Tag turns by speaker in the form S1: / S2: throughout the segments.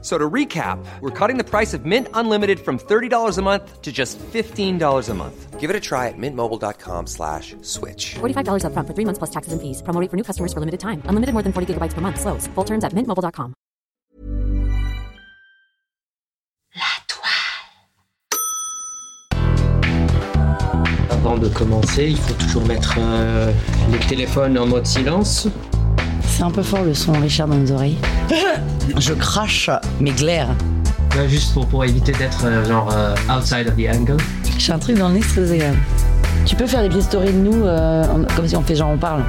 S1: So to recap, we're cutting the price of Mint Unlimited from $30 a month to just $15 a month. Give it a try at mintmobile.com slash switch.
S2: $45 upfront for three months plus taxes and fees. Promo rate for new customers for limited time. Unlimited more than 40 gigabytes per month. Slows. Full terms at mintmobile.com.
S3: Avant de commencer, il faut toujours mettre euh, les téléphones en mode silence.
S4: C'est un peu fort le son, Richard, dans nos oreilles. Je crache mes glaires.
S3: Là, Bah, juste pour, pour éviter d'être euh, genre euh, outside of the angle.
S4: J'ai un truc dans le nez, c'est très agréable. Tu peux faire des petites stories de nous, euh, en- comme si on fait genre on parle.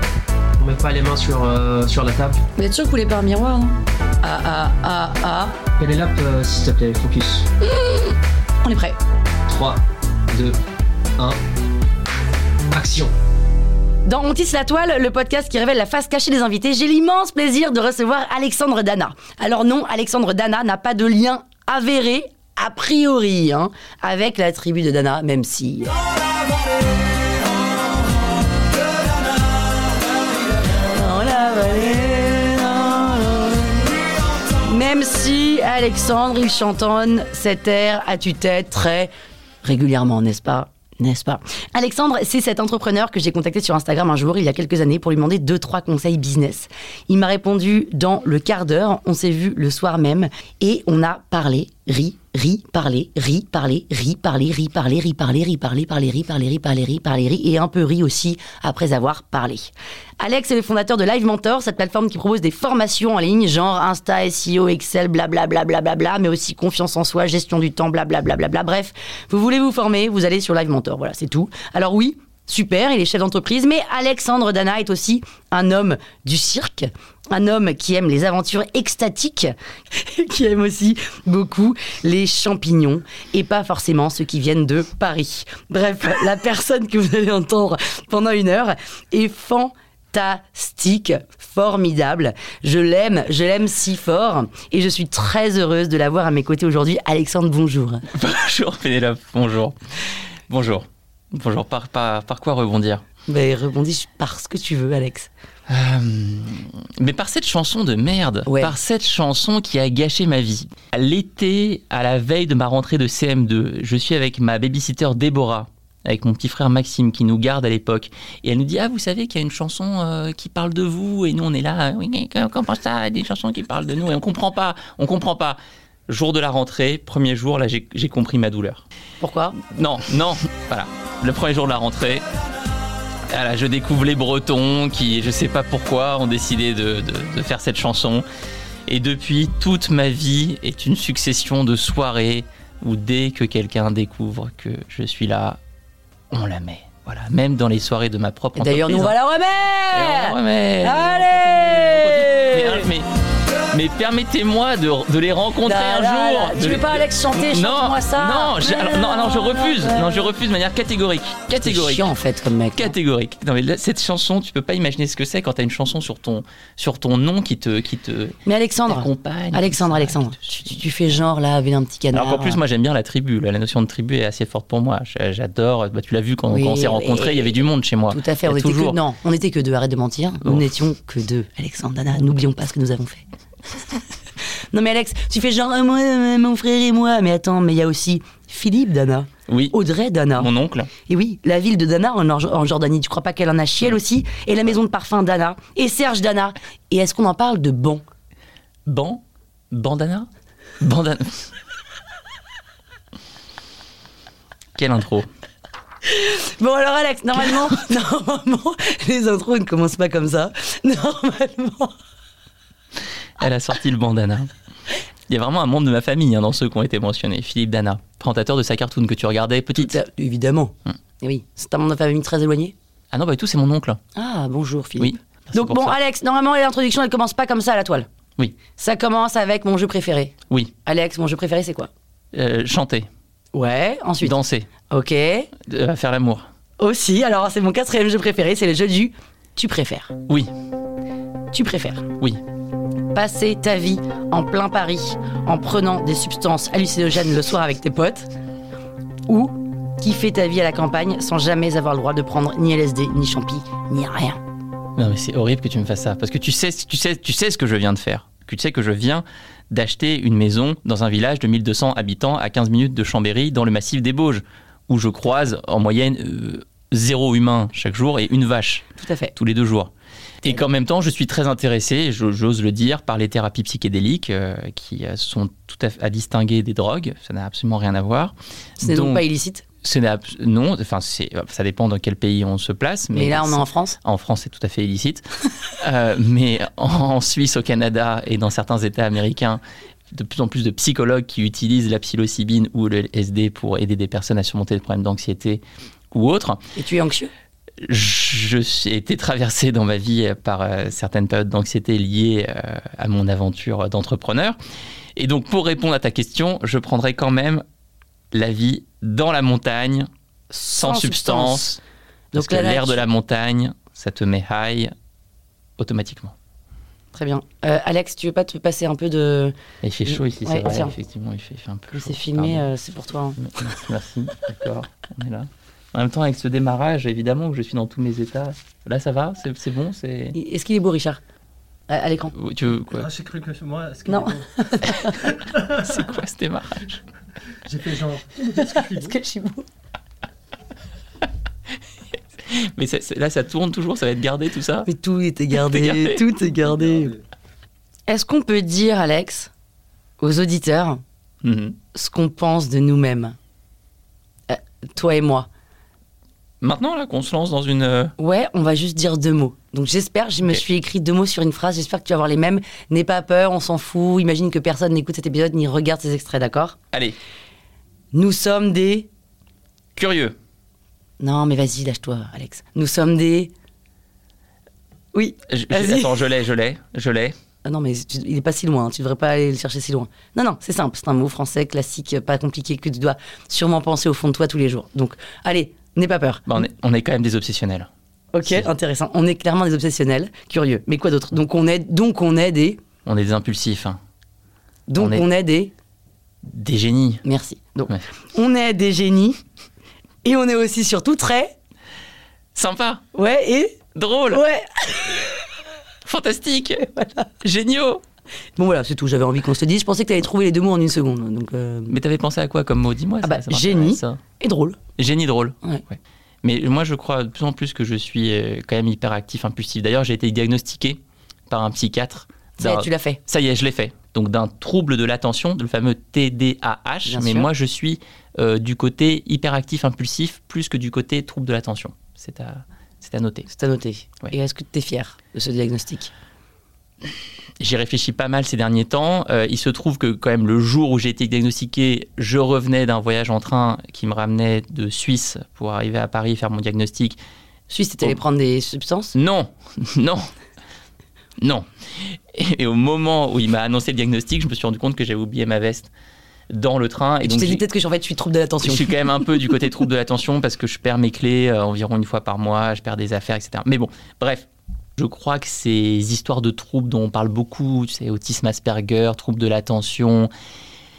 S3: On met pas les mains sur, euh, sur la table.
S4: Vous êtes sûr que vous voulez pas un miroir, non Ah, ah, ah, ah.
S3: Pénélope, euh, s'il te plaît, focus.
S4: On est prêt.
S3: 3, 2, 1. Action.
S4: Dans On tisse la toile, le podcast qui révèle la face cachée des invités, j'ai l'immense plaisir de recevoir Alexandre Dana. Alors non, Alexandre Dana n'a pas de lien avéré, a priori, hein, avec la tribu de Dana, même si... Dans la vallée, dans la- Même si Alexandre, il chantonne cet air à tue-tête très régulièrement, n'est-ce pas N'est-ce pas Alexandre, c'est cet entrepreneur que j'ai contacté sur Instagram un jour, il y a quelques années, pour lui demander deux, trois conseils business. Il m'a répondu dans le quart d'heure, on s'est vu le soir même, et on a parlé, ri, ri, parlé, ri, parlé, ri, parlé, ri, parlé, ri, parlé, ri, parlé, parlé, ri, parlé, ri, parlé, ri, parlé, ri, et un peu ri aussi après avoir parlé. Alex est le fondateur de Live Mentor, cette plateforme qui propose des formations en ligne, genre Insta, SEO, Excel, blablabla, blablabla, mais aussi confiance en soi, gestion du temps, blablabla, blablabla. Bref, vous voulez vous former, vous allez sur Live Mentor, voilà, c'est tout. Alors oui, super, il est chef d'entreprise, mais Alexandre Dana est aussi un homme du cirque, un homme qui aime les aventures extatiques, qui aime aussi beaucoup les champignons, et pas forcément ceux qui viennent de Paris. Bref, la personne que vous allez entendre pendant une heure est fan fantastique, formidable. Je l'aime, je l'aime si fort et je suis très heureuse de l'avoir à mes côtés aujourd'hui. Alexandre, bonjour.
S5: Bonjour Pénélope, bonjour. Bonjour. Bonjour, par, par, par quoi rebondir
S4: Ben rebondis par ce que tu veux, Alex.
S5: Mais par cette chanson de merde,
S4: Ouais.
S5: par cette chanson qui a gâché ma vie. À L'été, à la veille de ma rentrée de CM2, je suis avec ma babysitter Déborah, avec mon petit frère Maxime qui nous garde à l'époque. Et elle nous dit Ah, vous savez qu'il y a une chanson euh, qui parle de vous, et nous on est là, euh, oui, mais co- comment ça, des chansons qui parlent de nous, et on comprend pas, on comprend pas. Jour de la rentrée, premier jour, là j'ai j'ai compris ma douleur.
S4: Pourquoi
S5: Non, non, voilà. Le premier jour de la rentrée, voilà, je découvre les Bretons qui, je sais pas pourquoi, ont décidé de, de- de faire cette chanson. Et depuis, toute ma vie est une succession de soirées où dès que quelqu'un découvre que je suis là, on la met. Voilà, même dans les soirées de ma propre
S4: Et D'ailleurs, nous on va
S5: entreprise,
S4: la
S5: hein. Et on la
S4: remettre
S5: remet.
S4: Allez
S5: Mais, mais- mais permettez-moi de, de les rencontrer
S4: Da,
S5: un
S4: da,
S5: jour.
S4: da. Tu
S5: De-
S4: veux pas, Alex, chanter Chante-moi
S5: non,
S4: ça
S5: non, j'ai- alors, non, alors je refuse. Non, je refuse de manière catégorique.
S4: C'est
S5: Catégorique.
S4: chiant en fait comme mec.
S5: Catégorique. Non, mais là, cette chanson, tu peux pas imaginer ce que c'est quand t'as une chanson sur ton, sur ton nom qui te, qui te
S4: Mais Alexandre,
S5: accompagne.
S4: Alexandre,
S5: qui te-
S4: Alexandre, Ah. tu,
S5: qui te-
S4: tu- tu fais genre là avec un petit canard.
S5: Alors qu'en plus, moi j'aime bien la tribu. Là, la notion de tribu est assez forte pour moi. J'- J'adore. Bah, tu l'as vu quand,
S4: Oui,
S5: quand on s'est
S4: oui.
S5: rencontrés, il y avait du monde chez moi.
S4: Tout à fait,
S5: Il y
S4: on
S5: a
S4: était que,
S5: toujours.
S4: non, on était que deux, arrête de mentir. Nous
S5: Bon.
S4: n'étions que deux, Alexandre, Dana, n'oublions pas ce que nous avons fait. non mais Alex, tu fais genre, euh, moi, euh, mon frère et moi, mais attends, mais il y a aussi Philippe, Dana,
S5: Oui,
S4: Audrey, Dana.
S5: mon oncle.
S4: Et oui, la ville de Dana en, Or- en Jordanie, tu crois pas qu'elle en a chiel aussi Et la maison de parfum Dana, et Serge Dana. Et est-ce qu'on en parle de bon
S5: Ban Bandana Bandana. Quelle intro.
S4: Bon alors Alex, normalement, normalement, les intros ne commencent pas comme ça. Normalement.
S5: Elle a sorti le bandana. Il y a vraiment un membre de ma famille hein, dans ceux qui ont été mentionnés. Philippe Dana, présentateur de sa cartoon que tu regardais petite.
S4: Bah, Évidemment. Et oui, c'est un monde de famille très éloigné
S5: Ah non, bah tout, c'est mon oncle.
S4: Ah, bonjour Philippe.
S5: Oui, merci
S4: Donc
S5: pour
S4: bon,
S5: ça.
S4: Alex, normalement l'introduction elle commence pas comme ça à la toile.
S5: Oui,
S4: Ça commence avec mon jeu préféré.
S5: oui.
S4: Alex, mon jeu préféré c'est quoi
S5: Euh, chanter,
S4: Ouais, ensuite.
S5: danser,
S4: Ok.
S5: euh, faire l'amour.
S4: Aussi, alors c'est mon quatrième jeu préféré, c'est le jeu du tu préfères.
S5: Oui,
S4: Tu préfères.
S5: oui.
S4: passer ta vie en plein Paris en prenant des substances hallucinogènes le soir avec tes potes ou kiffer ta vie à la campagne sans jamais avoir le droit de prendre ni LSD, ni champi, ni rien.
S5: Non mais c'est horrible que tu me fasses ça parce que tu sais, tu sais, tu sais ce que je viens de faire. Tu sais que je viens d'acheter une maison dans un village de 1200 habitants à 15 minutes de Chambéry dans le massif des Bauges où je croise en moyenne euh, zéro humain chaque jour et une vache
S4: Tout à fait.
S5: tous les deux jours. Et qu'en même temps, je suis très intéressé, et je- j'ose le dire, par les thérapies psychédéliques euh, qui euh, sont tout à, fait- à distinguer des drogues. Ça n'a absolument rien à voir.
S4: Ce n'est
S5: Donc-
S4: donc pas illicite.
S5: ce n'est abs- non, enfin, c'est- euh, ça dépend dans quel pays on se place. Mais,
S4: Mais là, on est en France.
S5: en France, c'est tout à fait illicite. Euh, mais en, en Suisse, au Canada et dans certains États américains, de plus en plus de psychologues qui utilisent la psilocybine ou le LSD pour aider des personnes à surmonter des problèmes d'anxiété ou autres.
S4: Et tu es anxieux
S5: Je j'ai été traversé dans ma vie par euh, certaines périodes d'anxiété liées euh, à mon aventure d'entrepreneur. Et donc, pour répondre à ta question, je prendrai quand même la vie dans la montagne, sans,
S4: Sans
S5: substance.
S4: substance.
S5: Parce
S4: Donc
S5: que
S4: là, là,
S5: l'air de
S4: tu-
S5: la montagne, ça te met high automatiquement.
S4: Très bien. Euh, Alex, tu veux pas te passer un peu de.
S5: Et il fait chaud ici,
S4: Ouais,
S5: c'est vrai,
S4: tiens.
S5: effectivement, il fait, il fait un peu chaud.
S4: C'est filmé,
S5: Pardon.
S4: euh, c'est pour toi. hein.
S5: Merci, merci, d'accord, on est là. En même temps, avec ce démarrage, évidemment que je suis dans tous mes états. Là, ça va C'est c'est bon c'est...
S4: Est-ce qu'il est beau, Richard À, à l'écran.
S5: Tu veux quoi
S6: Ah, j'ai cru que moi, est-ce que
S4: Non.
S5: C'est quoi ce démarrage
S6: j'ai fait genre. Est-ce que je suis beau
S4: que je suis beau
S5: Mais ça- ça- là, ça tourne toujours, ça va être gardé tout ça
S4: Mais tout
S5: Tout
S4: était
S5: est gardé.
S4: gardé, tout est gardé. Est-ce qu'on peut dire, Alex, aux auditeurs,
S5: Mhm.
S4: ce qu'on pense de nous-mêmes Euh, Toi et moi.
S5: Maintenant, là, qu'on se lance dans une. euh,
S4: Ouais, on va juste dire deux mots. Donc j'espère, je me
S5: Ok.
S4: suis écrit deux mots sur une phrase, j'espère que tu vas avoir les mêmes. N'aie pas peur, on s'en fout, imagine que personne n'écoute cet épisode ni regarde ces extraits, d'accord
S5: Allez,
S4: Nous sommes des...
S5: curieux,
S4: Non mais vas-y, lâche-toi Alex. Nous sommes des... Oui,
S5: Je- je-
S4: Vas-y.
S5: attends, je l'ai, je l'ai, je l'ai.
S4: Ah non mais tu- il est pas si loin, hein, tu devrais pas aller le chercher si loin. Non, non, c'est simple, c'est un mot français classique, pas compliqué, que tu dois sûrement penser au fond de toi tous les jours. Donc allez, n'aie pas peur.
S5: Bah, on, est, on est quand même des obsessionnels.
S4: Ok, intéressant. On est clairement des obsessionnels, curieux. Mais quoi d'autre Donc on est, donc on est des,
S5: On est des impulsifs, hein.
S4: donc
S5: On est-
S4: on est des.
S5: des génies.
S4: Merci. Donc
S5: Ouais.
S4: on est des génies et on est aussi surtout très.
S5: Sympa,
S4: Ouais et
S5: drôle,
S4: ouais.
S5: fantastique, géniaux.
S4: Bon voilà, c'est tout. J'avais envie qu'on se le dise. Je pensais que t'allais trouver les deux mots en une seconde. Donc euh,
S5: Mais t'avais pensé à quoi comme mot Dis-moi.
S4: Ah
S5: ça,
S4: bah,
S5: ça m'intéresse,
S4: génie.
S5: ça.
S4: et drôle.
S5: Génie drôle.
S4: Ouais.
S5: Mais moi, je crois de plus en plus que je suis euh, quand même hyperactif, impulsif. D'ailleurs, j'ai été diagnostiqué par un psychiatre.
S4: Ça, y
S5: d'un-
S4: est, tu l'as fait.
S5: Ça y est, je l'ai fait. Donc d'un trouble de l'attention, le fameux TDAH.
S4: Bien
S5: mais
S4: sûr.
S5: moi, je suis euh, du côté hyperactif impulsif plus que du côté trouble de l'attention. C'est à, c'est à noter.
S4: C'est à noter.
S5: Ouais.
S4: Et est-ce que t'es fier de ce diagnostic
S5: J'y réfléchis pas mal ces derniers temps. Euh, il se trouve que quand même le jour où j'ai été diagnostiqué, je revenais d'un voyage en train qui me ramenait de Suisse pour arriver à Paris faire mon diagnostic.
S4: Suisse, t'es allé
S5: Oh.
S4: prendre des substances.
S5: Non, non, non. Et, et au moment où il m'a annoncé le diagnostic, je me suis rendu compte que j'avais oublié ma veste dans le train. Et,
S4: Et tu
S5: donc
S4: t'es dit
S5: j'ai-
S4: peut-être que en fait, je suis trouble de l'attention.
S5: Je suis quand même un peu du côté trouble de l'attention parce que je perds mes clés euh, environ une fois par mois, je perds des affaires, etc. Mais bon, bref, je crois que ces histoires de troubles dont on parle beaucoup, tu sais, autisme Asperger, troubles de l'attention,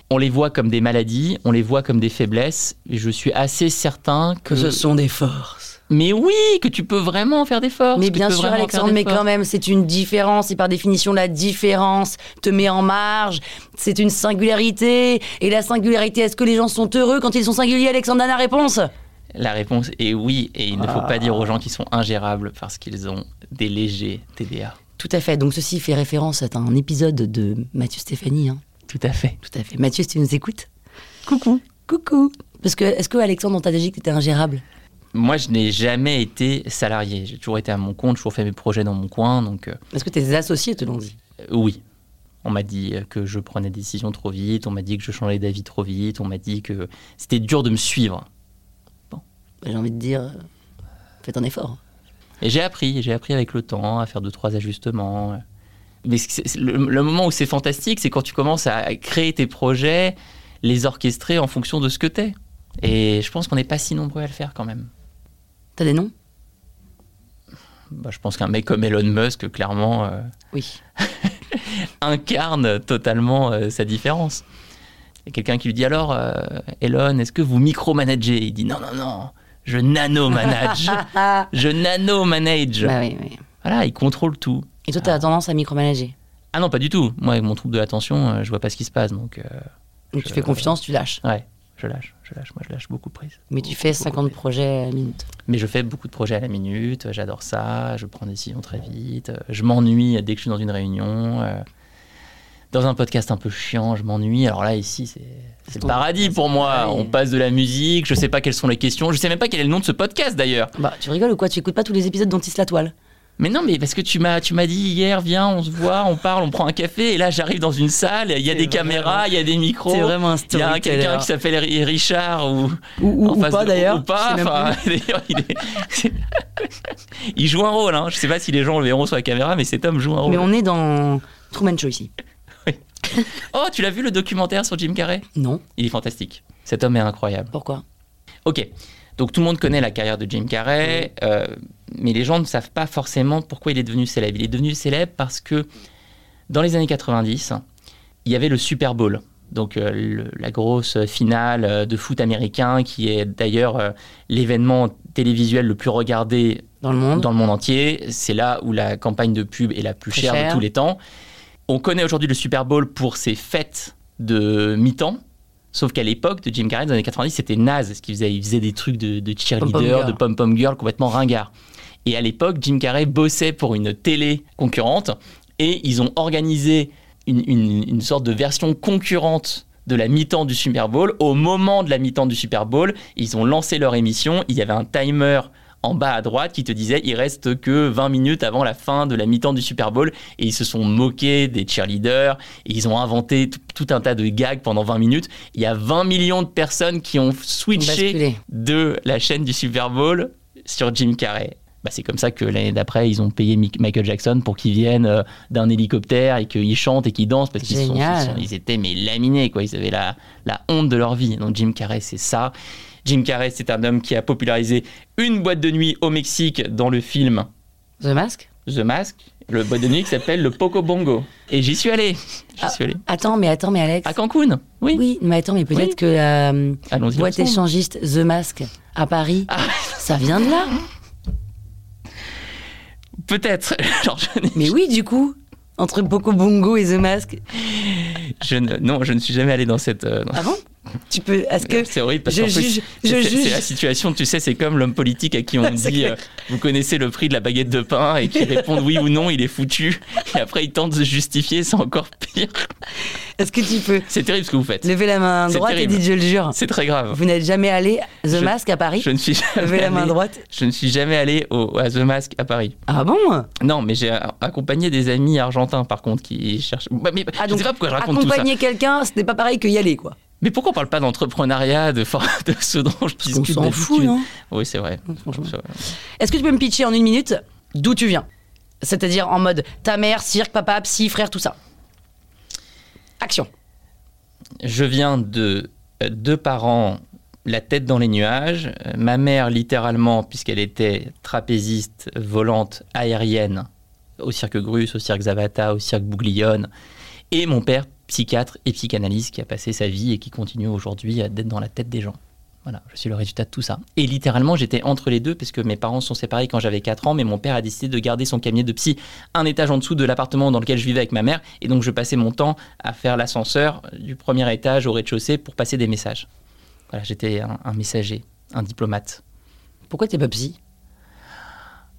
S5: on les voit comme des maladies, on les voit comme des faiblesses. Et je suis assez certain que.
S4: Que ce sont des forces.
S5: Mais oui, que tu peux vraiment faire des forces.
S4: Mais
S5: que tu
S4: bien
S5: peux
S4: sûr,
S5: vraiment faire
S4: Alexandre,
S5: des
S4: mais
S5: forces.
S4: quand même, c'est une différence. Et par définition, la différence te met en marge. C'est une singularité. Et la singularité, est-ce que les gens sont heureux quand ils sont singuliers, Alexandre Donne la réponse
S5: La réponse est oui, et il ne
S4: Ah.
S5: faut pas dire aux gens qu'ils sont ingérables parce qu'ils ont des légers TDA.
S4: Tout à fait. Donc, ceci fait référence à un épisode de Mathieu Stéphanie. hein.
S5: Tout à fait.
S4: Tout à fait. Mathieu, si tu nous écoutes Coucou. Coucou. Parce que, est-ce que, Alexandre, on t'a déjà dit que t'étais ingérable
S5: Moi, je n'ai jamais été salarié. J'ai toujours été à mon compte, j'ai toujours fait mes projets dans mon coin. Donc, euh,
S4: Est-ce que tes associés te l'ont dit
S5: euh, oui. On m'a dit euh, que je prenais des décisions trop vite, on m'a dit que je changeais d'avis trop vite, on m'a dit que c'était dur de me suivre.
S4: Bah, J'ai envie de dire, euh, faites un effort.
S5: Et j'ai appris, et j'ai appris avec le temps à faire deux, trois ajustements. Mais c'est- c'est- le, le moment où c'est fantastique, c'est quand tu commences à créer tes projets, les orchestrer en fonction de ce que t'es. Et je pense qu'on n'est pas si nombreux à le faire quand même.
S4: T'as des noms
S5: Bah, je pense qu'un mec comme Elon Musk, clairement, euh,
S4: Oui.
S5: incarne totalement euh, sa différence. Il y a quelqu'un qui lui dit alors, euh, Elon, est-ce que vous micromanagez Il dit non, non, non, je nano-manage. je nano-manage.
S4: Ah. Bah oui, oui.
S5: Voilà, il contrôle tout.
S4: Et toi, t'as tendance à micromanager.
S5: Ah non, pas du tout. Moi, avec mon trouble de l'attention, euh, je vois pas ce qui se passe. Donc, euh,
S4: Donc tu fais confiance, tu lâches.
S5: ouais, je lâche, je lâche. Moi, je lâche beaucoup de prise.
S4: Mais tu fais 50 projets à la minute.
S5: Mais je fais beaucoup de projets à la minute, euh, j'adore ça, je prends des décisions très vite, euh, je m'ennuie dès que je suis dans une réunion. euh, Dans un podcast un peu chiant, je m'ennuie. Alors là, ici, c'est c'est le
S4: ton- Ah
S5: paradis pour moi.
S4: pareil.
S5: On passe de la musique, je sais pas quelles sont les questions, je sais même pas quel est le nom de ce podcast d'ailleurs.
S4: Bah, tu rigoles ou quoi Tu écoutes pas tous les épisodes dont ils se la toile
S5: Mais non, mais parce que tu m'as tu m'as dit hier, viens, on se voit, on parle, on prend un café, et là j'arrive dans une salle, il y a des caméras, il y a des micros.
S4: C'est vraiment un
S5: Il Oh, y a un- quelqu'un
S4: storyteller.
S5: qui s'appelle Ri- Richard ou,
S4: Ou- ou-
S5: en
S4: ou
S5: face
S4: pas,
S5: de-
S4: d'ailleurs,
S5: ou pas,
S4: je sais même
S5: enfin, d'ailleurs, il, est- c'est- il joue un rôle. Hein. Je sais pas si les gens le verront sur la caméra, mais cet homme joue un rôle.
S4: Mais on est dans Truman Show ici.
S5: Oh, tu l'as vu le documentaire sur Jim Carrey
S4: Non.
S5: Il est fantastique. Cet homme est incroyable.
S4: Pourquoi
S5: Ok. Donc tout le monde connaît la carrière de Jim Carrey, euh, mais les gens ne savent pas forcément pourquoi il est devenu célèbre. Il est devenu célèbre parce que dans les années 90, il y avait le Super Bowl, donc euh, le- la grosse finale euh, de foot américain, qui est d'ailleurs euh, l'événement télévisuel le plus regardé
S4: Dans le monde
S5: dans le monde entier. C'est là où la campagne de pub est la plus
S4: Très
S5: chère de
S4: chère.
S5: tous les temps. On connaît aujourd'hui le Super Bowl pour ses fêtes de mi-temps. Sauf qu'à l'époque de Jim Carrey, dans les années 90, c'était naze ce qu'il faisait. Il faisait des trucs de, de
S4: Pom-pom
S5: cheerleader,
S4: girl.
S5: de pom-pom girl complètement ringard. Et à l'époque, Jim Carrey bossait pour une télé concurrente et ils ont organisé une, une- une sorte de version concurrente de la mi-temps du Super Bowl. Au moment de la mi-temps du Super Bowl, ils ont lancé leur émission. Il y avait un timer en bas à droite qui te disait il reste que 20 minutes avant la fin de la mi-temps du Super Bowl et ils se sont moqués des cheerleaders et ils ont inventé t- tout un tas de gags pendant 20 minutes. Il y a 20 millions de personnes qui ont switché
S4: Basculé.
S5: de la chaîne du Super Bowl sur Jim Carrey. Bah, c'est comme ça que l'année d'après, ils ont payé Mick- Michael Jackson pour qu'il vienne euh, d'un hélicoptère et qu'il chante et qu'il danse parce qu'ils sont-
S4: Génial.
S5: ils sont- ils étaient mais laminés quoi. Ils avaient la, la honte de leur vie. Donc Jim Carrey, c'est ça. Jim Carrey, c'est un homme qui a popularisé une boîte de nuit au Mexique dans le film
S4: The Mask
S5: The Mask. Le boîte de nuit qui s'appelle le Poco Bongo. Et j'y suis allé. J'y suis allé.
S4: Attends, mais attends, mais Alex.
S5: À Cancun. Oui.
S4: Ah. oui, mais attends, mais peut-être
S5: Ah, Oui.
S4: que la euh,
S5: Allons-y
S4: boîte
S5: ensemble. Ah.
S4: échangiste The Mask à Paris, ça vient de là
S5: Peut-être. Alors, je n'ai-
S4: Mais oui, du coup, entre Boko Bongo et The Mask.
S5: je ne- non, je ne suis jamais allé dans cette. euh, dans-
S4: Ah bon Tu peux. Est-ce que.
S5: C'est horrible parce
S4: je
S5: qu'en plus,
S4: juge,
S5: c'est-
S4: je
S5: c'est-
S4: juge.
S5: c'est la situation, tu sais, c'est comme l'homme politique à qui on
S4: C'est
S5: dit
S4: clair.
S5: euh, vous connaissez le prix de la baguette de pain et qui répond oui ou non, il est foutu. Et après, il tente de se justifier, c'est encore pire.
S4: Est-ce que tu peux
S5: C'est terrible ce que vous faites.
S4: lever la main
S5: C'est
S4: droite
S5: terrible.
S4: et dites je le jure
S5: C'est très grave.
S4: Vous n'êtes jamais allé The
S5: Je-
S4: Mask à Paris
S5: Je ne suis jamais
S4: Levez la main
S5: allé-
S4: droite.
S5: Je ne suis jamais allé au, à The Mask à Paris.
S4: Ah bon
S5: Non, mais j'ai euh, accompagné des amis argentins, par contre, qui cherchent. Bah, mais
S4: Ah
S5: je ne sais pas pourquoi je raconte tout ça.
S4: accompagner quelqu'un, ce n'est pas pareil que y aller, quoi.
S5: Mais pourquoi on parle pas d'entrepreneuriat, de, for- de ce dont je
S4: On
S5: discute
S4: s'en fout,
S5: d'habitude
S4: non
S5: Oui, c'est vrai.
S4: Franchement.
S5: C'est vrai.
S4: Est-ce que tu peux me pitcher en une minute d'où tu viens C'est-à-dire en mode ta mère, cirque, papa, psy, frère, tout ça. Action.
S5: Je viens de euh, deux parents, la tête dans les nuages. Euh, Ma mère, littéralement, puisqu'elle était trapéziste, volante, aérienne, au cirque Grus, au cirque Zavata, au cirque Bouglione. Et mon père, psychiatre et psychanalyste, qui a passé sa vie et qui continue aujourd'hui à- d'être dans la tête des gens. Voilà, je suis le résultat de tout ça. Et littéralement, j'étais entre les deux, parce que mes parents se sont séparés quand j'avais 4 ans, mais mon père a décidé de garder son cabinet de psy un étage en dessous de l'appartement dans lequel je vivais avec ma mère, et donc je passais mon temps à faire l'ascenseur du premier étage au rez-de-chaussée pour passer des messages. Voilà, j'étais un, un messager, un diplomate.
S4: Pourquoi t'es pas psy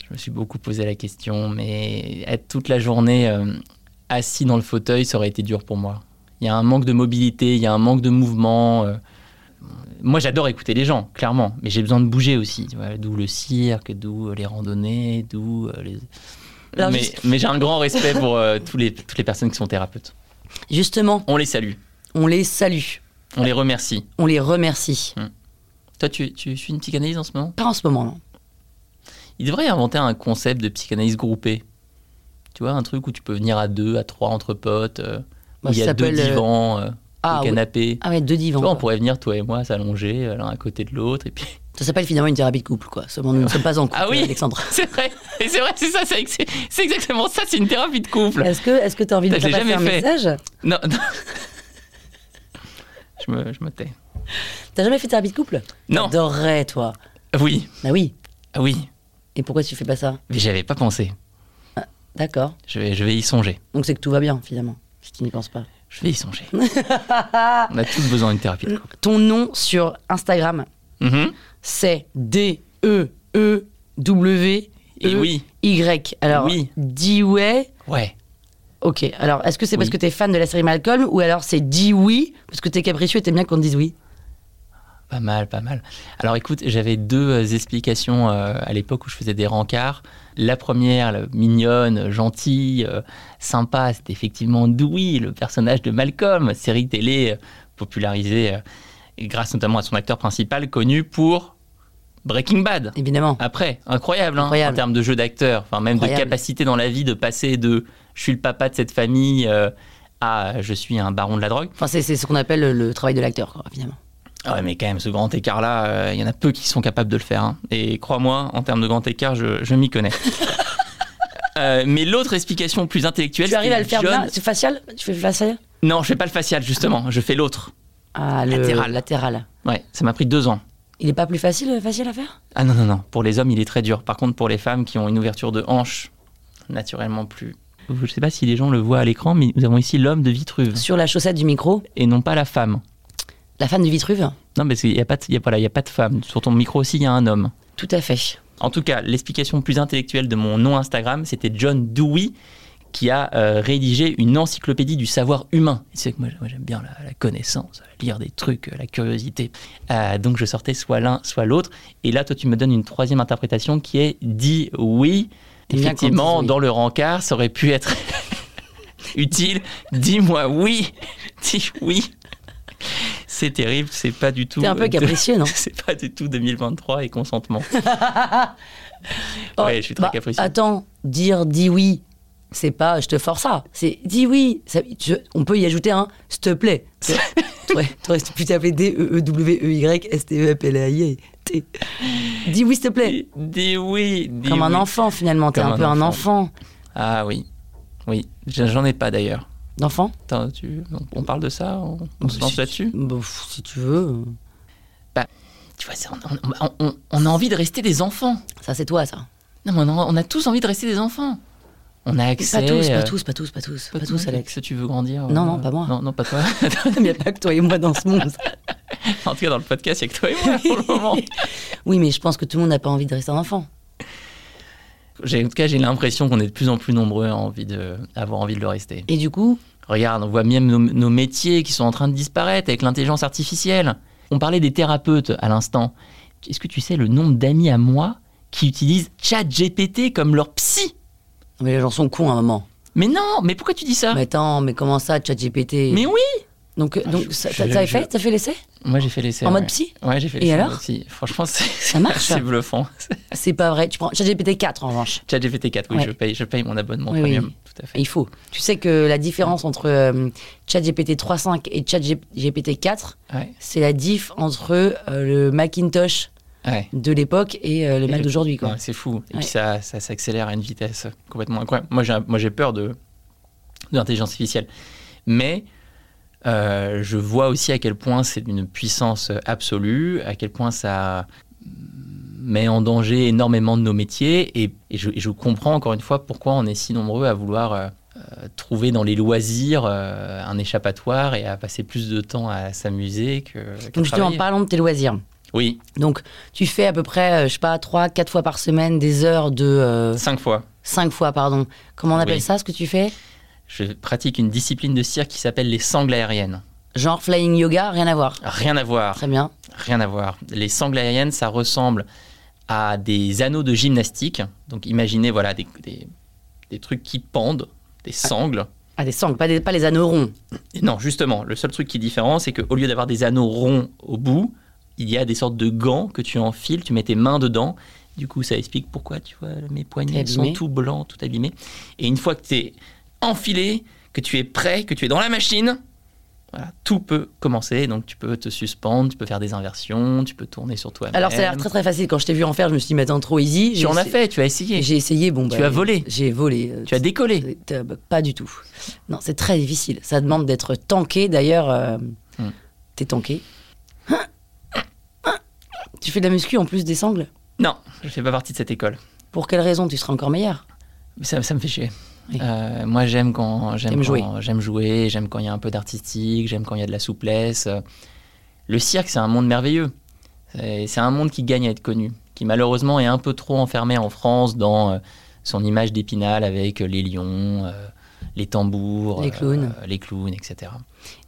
S5: Je me suis beaucoup posé la question, mais être toute la journée euh, assis dans le fauteuil, ça aurait été dur pour moi. Il y a un manque de mobilité, il y a un manque de mouvement. euh. Moi, j'adore écouter les gens, clairement, mais j'ai besoin de bouger aussi. tu vois, D'où le cirque, d'où euh, les randonnées, d'où euh, les.
S4: Alors,
S5: mais
S4: juste-
S5: mais j'ai un grand respect pour euh, tous les, toutes les personnes qui sont thérapeutes.
S4: Justement,
S5: On les salue,
S4: on les salue,
S5: on les remercie.
S4: on les remercie.
S5: Toi, tu, tu suis une psychanalyse en ce moment
S4: Pas en ce moment, non.
S5: Il devrait inventer un concept de psychanalyse groupée. Tu vois, un truc où tu peux venir à deux, à trois entre potes, euh,
S4: Bah,
S5: où il y
S4: ça
S5: a deux
S4: s'appelle, euh,
S5: divans, euh,
S4: ah
S5: deux
S4: oui.
S5: canapés.
S4: Ah ouais, deux
S5: Tu
S4: divans.
S5: vois, on
S4: quoi.
S5: pourrait venir, toi et moi, s'allonger euh, l'un à côté de l'autre, et puis
S4: Ça s'appelle finalement une thérapie de couple, quoi. Seulement, nous ne sommes pas en couple,
S5: Ah oui,
S4: Alexandre.
S5: C'est vrai, Et c'est vrai, c'est ça, c'est ex- c'est exactement ça, c'est une thérapie de couple.
S4: Est-ce que tu as envie de
S5: Je l'ai
S4: faire passer
S5: jamais
S4: un
S5: fait.
S4: message
S5: Non, non. Je me, je me tais.
S4: T'as jamais fait de thérapie de couple
S5: Non.
S4: T'adorerais, toi.
S5: Oui,
S4: Bah oui.
S5: ah oui,
S4: Et pourquoi tu fais pas ça
S5: mais j'avais pas pensé.
S4: D'accord.
S5: Je vais, je vais y songer.
S4: Donc c'est que tout va bien, finalement, si tu n'y penses pas.
S5: Je vais y songer. On a tous besoin d'une thérapie de couple.
S4: Ton nom sur Instagram,
S5: Mhm.
S4: c'est D-E-E-W.
S5: Et oui.
S4: Y. Alors,
S5: Oui.
S4: Dewey.
S5: Ouais.
S4: Ok. Alors, est-ce que c'est parce
S5: Oui.
S4: que t'es fan de la série Malcolm ou alors c'est dis oui parce que t'es capricieux et t'aimes bien qu'on te dise oui
S5: Pas mal, pas mal. Alors écoute, j'avais deux euh, explications euh, à l'époque où je faisais des rencarts. La première, la mignonne, gentille, euh, sympa, c'était effectivement Dewey, le personnage de Malcolm, série télé euh, popularisée euh, grâce notamment à son acteur principal connu pour Breaking Bad.
S4: Évidemment.
S5: Après, incroyable, hein,
S4: Incroyable.
S5: en termes de jeu d'acteur, enfin même de
S4: Incroyable.
S5: capacité dans la vie de passer de je suis le papa de cette famille euh, à je suis un baron de la drogue.
S4: Enfin, c'est c'est ce qu'on appelle le, le travail de l'acteur, quoi, finalement.
S5: Ah Ouais, mais quand même, ce grand écart-là, euh, il y en a peu qui sont capables de le faire. hein. Et crois-moi, en termes de grand écart, je, je m'y connais. Euh, mais l'autre explication plus intellectuelle.
S4: Tu arrives
S5: c'est
S4: à le faire
S5: John-
S4: bien C'est facial Tu fais le facial
S5: Non, je fais pas le facial, justement. Je fais l'autre.
S4: Ah, le
S5: Latéral.
S4: latéral.
S5: Ouais, ça m'a pris deux ans.
S4: Il est pas plus facile, le facial à faire
S5: Ah non, non, non. Pour les hommes, il est très dur. Par contre, pour les femmes qui ont une ouverture de hanche, naturellement plus. Je sais pas si les gens le voient à l'écran, mais nous avons ici l'homme de Vitruve
S4: Sur la chaussette du micro,
S5: et non pas la femme.
S4: la fan du Vitruve
S5: Non, mais il n'y a, pas de- il y a, voilà, il y a pas de femme. Sur ton micro aussi, il y a un homme.
S4: Tout à fait.
S5: En tout cas, l'explication plus intellectuelle de mon nom Instagram, c'était John Dewey qui a euh, rédigé une encyclopédie du savoir humain. Et C'est que moi, moi, j'aime bien la, la connaissance, lire des trucs, euh, la curiosité. Euh, donc je sortais soit l'un, soit l'autre. Et là, toi, tu me donnes une troisième interprétation qui est dit oui.
S4: Bien qu'on dise
S5: Effectivement,
S4: oui.
S5: dans le rencard, ça aurait pu être utile. Dis-moi oui, dis oui. C'est terrible, c'est pas du tout.
S4: T'es un peu
S5: euh, de-
S4: capricieux, non
S5: C'est pas du tout 2023 et consentement. Ouais, je suis très capricieux.
S4: Bah, Attends, dire dis oui, c'est pas je te force ça. C'est dis oui. Ça- je- on peut y ajouter un s'il te plaît. Tu- T'aurais t'aurais pu t'appeler E D-E-E-W-E-Y-S-T-E-P-L-A-I-T. E Dis oui, s'il te plaît.
S5: Dis- Dis oui, dis
S4: Comme un
S5: oui.
S4: enfant, finalement. T'es
S5: Comme
S4: un peu
S5: un
S4: un
S5: enfant.
S4: enfant.
S5: Ah oui, oui, J'en- j'en ai pas d'ailleurs.
S4: D'enfant
S5: Attends, tu- on- on parle de ça, on, on se lance
S4: Si-
S5: là-dessus.
S4: Bah, pff, Si tu veux.
S5: Tu vois, c'est- on, on- on- on a envie de rester des enfants.
S4: Ça, c'est toi, ça.
S5: Non, mais on a, on a tous envie de rester des enfants. On a accès.
S4: Pas tous,
S5: euh,
S4: pas tous, pas tous, pas tous. Pas tous, Alex.
S5: Que tu veux grandir
S4: Non,
S5: euh,
S4: non, pas moi.
S5: Non, non, pas toi.
S4: Il n'y a pas que toi et moi dans ce monde.
S5: en tout cas, dans le podcast, il n'y a que toi et moi pour le moment.
S4: Oui, mais je pense que tout le monde n'a pas envie de rester un enfant.
S5: J'ai- En tout cas, j'ai l'impression qu'on est de plus en plus nombreux à, envie de, à avoir envie de le rester.
S4: Et du coup,
S5: Regarde, on voit même nos, nos métiers qui sont en train de disparaître avec l'intelligence artificielle. On parlait des thérapeutes à l'instant. Est-ce que tu sais le nombre d'amis à moi qui utilisent ChatGPT comme leur psy
S4: non, mais les gens sont cons à un moment.
S5: Mais non, mais pourquoi tu dis ça
S4: Mais
S5: Mais,
S4: attends, mais comment ça, ChatGPT
S5: Ah. oui Ah,
S4: Donc, euh, donc
S5: je-
S4: ça,
S5: je-
S4: ça- ça a
S5: je-
S4: fait, ça fait l'essai
S5: Moi j'ai fait l'essai.
S4: En
S5: ouais.
S4: mode psy
S5: Ouais, j'ai fait
S4: Et
S5: l'essai. en
S4: alors
S5: mode psy. Franchement, c'est c'est
S4: marche, ça
S5: assez bluffant.
S4: C'est pas vrai. Tu prends ChatGPT 4 en revanche.
S5: ChatGPT 4, oui,
S4: Ouais.
S5: je, paye, je paye mon abonnement
S4: Oui,
S5: premium.
S4: oui.
S5: Tout à fait.
S4: Et il faut. Tu sais que la différence entre euh, ChatGPT 3.5 et ChatGPT 4,
S5: Ouais,
S4: c'est la diff entre euh, le Macintosh
S5: ouais.
S4: de l'époque et euh, le Mac
S5: Et-
S4: d'aujourd'hui.
S5: Ouais,
S4: quoi.
S5: c'est fou. Et
S4: Ouais.
S5: puis ça, ça s'accélère à une vitesse complètement incroyable. Moi, j'ai, moi, j'ai peur de, de l'intelligence artificielle. Mais euh, je vois aussi à quel point c'est d'une puissance absolue, à quel point ça met en danger énormément de nos métiers. Et, et je, et je comprends encore une fois pourquoi on est si nombreux à vouloir euh, euh, trouver dans les loisirs euh, un échappatoire et à passer plus de temps à s'amuser que. qu'à
S4: Donc, justement,
S5: travailler.
S4: parlons de tes loisirs.
S5: Oui,
S4: Donc, tu fais à peu près, euh, je sais pas, 3-4 fois par semaine des heures de.
S5: cinq fois.
S4: 5 fois, pardon. Comment on appelle
S5: Oui.
S4: ça, ce que tu fais
S5: Je pratique une discipline de cirque qui s'appelle les sangles aériennes.
S4: Genre flying yoga, rien à voir.
S5: Rien à voir,
S4: Très bien.
S5: rien à voir. Les sangles aériennes, ça ressemble à des anneaux de gymnastique. Donc imaginez, voilà, des, des- des trucs qui pendent, des sangles.
S4: Ah, des sangles, pas, des- pas les anneaux ronds.
S5: Et non, justement, le seul truc qui est différent, c'est qu'au lieu d'avoir des anneaux ronds au bout, il y a des sortes de gants que tu enfiles, tu mets tes mains dedans. Du coup, ça explique pourquoi, tu vois, mes poignets
S4: T'es abîmé.
S5: sont tout blancs, tout abîmés. Et une fois que tu es enfilé, que tu es prêt, que tu es dans la machine, Voilà, tout peut commencer, donc tu peux te suspendre, tu peux faire des inversions, tu peux tourner sur toi-même.
S4: Alors, ça a l'air très très facile. Quand je t'ai vu en faire, je me suis dit, mais attends, trop easy.
S5: Euh. Tu
S4: J'ai
S5: en as
S4: essa-
S5: fait, tu as essayé,
S4: J'ai essayé, bon.
S5: Tu
S4: bah,
S5: as volé.
S4: J'ai volé. euh,
S5: tu as décollé.
S4: C'est- euh, bah, pas du tout. Non, c'est très difficile. Ça demande d'être tanké. D'ailleurs, euh,
S5: Hmm.
S4: t'es tanké. Tu fais de la muscu en plus des sangles.
S5: Non, je fais pas partie de cette école.
S4: Pour quelle raison tu seras encore meilleur
S5: Ça, ça me fait chier.
S4: Oui.
S5: Euh, moi, j'aime quand j'aime
S4: T'aimes
S5: quand-
S4: jouer.
S5: J'aime jouer. J'aime quand il y a un peu d'artistique. J'aime quand il y a de la souplesse. Euh, Le cirque, c'est un monde merveilleux. C'est c'est un monde qui gagne à être connu, qui malheureusement est un peu trop enfermé en France dans euh, son image d'épinal avec euh, les lions, euh, les tambours,
S4: Les
S5: euh,
S4: clowns.
S5: les clowns, etc.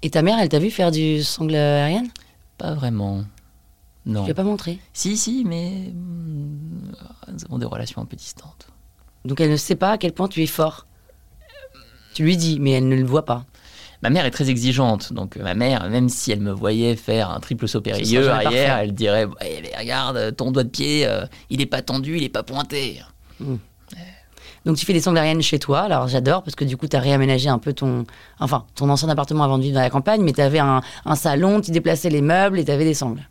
S4: Et ta mère, elle t'a vu faire du sangle aérien
S5: Pas vraiment. Non.
S4: Je l'ai pas montré.
S5: Si, si, mais hum, nous avons des relations un peu distantes.
S4: Donc elle ne sait pas à quel point tu es fort. Tu lui dis, mais elle ne le voit pas.
S5: Ma mère est très exigeante, donc euh, ma mère, même si elle me voyait faire un triple saut
S4: Ce
S5: périlleux
S4: sera jamais
S5: arrière,
S4: parfait.
S5: elle dirait Bah, eh, mais Regarde, euh, ton doigt de pied, euh, il n'est pas tendu, il n'est pas pointé.
S4: Donc tu fais des sangles aériennes chez toi. Alors j'adore parce que du coup tu as réaménagé un peu ton, enfin ton ancien appartement avant de vivre dans la campagne, mais tu avais un, un salon, tu déplaçais les meubles et tu avais des sangles.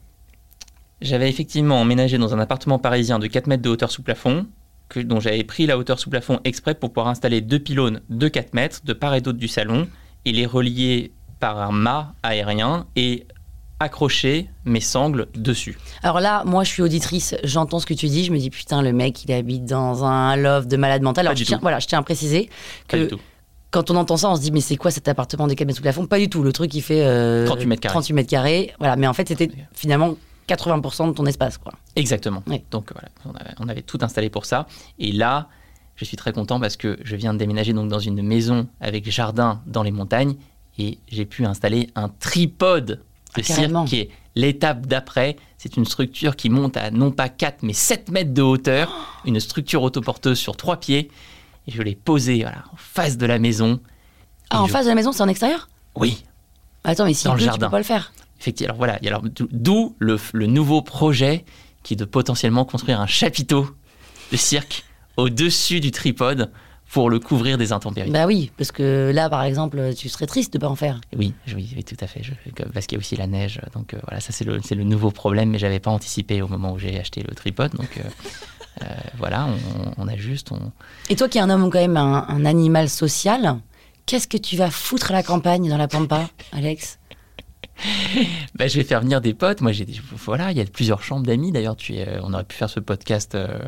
S5: J'avais effectivement emménagé dans un appartement parisien de 4 mètres de hauteur sous plafond, que, dont j'avais pris la hauteur sous plafond exprès pour pouvoir installer deux pylônes de 4 mètres de part et d'autre du salon et les relier par un mât aérien et accrocher mes sangles dessus.
S4: Alors là, moi je suis auditrice, j'entends ce que tu dis, je me dis putain le mec il habite dans un love de malade mental. Alors
S5: Pas du
S4: je tiens,
S5: tout.
S4: voilà, je tiens à préciser
S5: Pas
S4: que
S5: du tout.
S4: quand on entend ça, on se dit mais c'est quoi cet appartement de 4 mètres sous plafond Pas du tout. Le truc il fait euh,
S5: 38 mètres carrés.
S4: 38 mètres carrés. Voilà, mais en fait c'était finalement 80% de ton espace quoi.
S5: Exactement.
S4: Oui.
S5: Donc voilà, on avait, on avait tout installé pour ça. Et là, je suis très content parce que je viens de déménager donc dans une maison avec jardin dans les montagnes et j'ai pu installer un tripode de
S4: Ah, carrément.
S5: cirque qui est l'étape d'après. C'est une structure qui monte à non pas 4 mais 7 mètres de hauteur,
S4: Oh
S5: une structure autoporteuse sur trois pieds. Et je l'ai posée voilà, en face de la maison. Et
S4: Ah en
S5: je-
S4: face de la maison c'est en extérieur
S5: Oui,
S4: Attends mais si
S5: Dans le
S4: tu peux
S5: jardin.
S4: pas le faire.
S5: Effectivement, alors voilà, et alors, d'o- d'où le, f- le nouveau projet qui est de potentiellement construire un chapiteau de cirque au-dessus du tripode pour le couvrir des intempéries.
S4: Bah oui, parce que là, par exemple, tu serais triste de pas en faire.
S5: Oui, je- oui, oui, tout à fait, je- que- parce qu'il y a aussi la neige, donc euh, voilà, ça c'est le, c'est le nouveau problème, mais j'avais pas anticipé au moment où j'ai acheté le tripode, donc euh, euh, voilà, on, on a juste... On...
S4: Et toi qui es un homme quand même, un, un animal social, qu'est-ce que tu vas foutre à la campagne dans la pampa, Alex
S5: Bah, je vais faire venir des potes, moi j'ai des... Voilà, il y a plusieurs chambres d'amis, d'ailleurs, tu es- euh, on aurait pu faire ce podcast euh,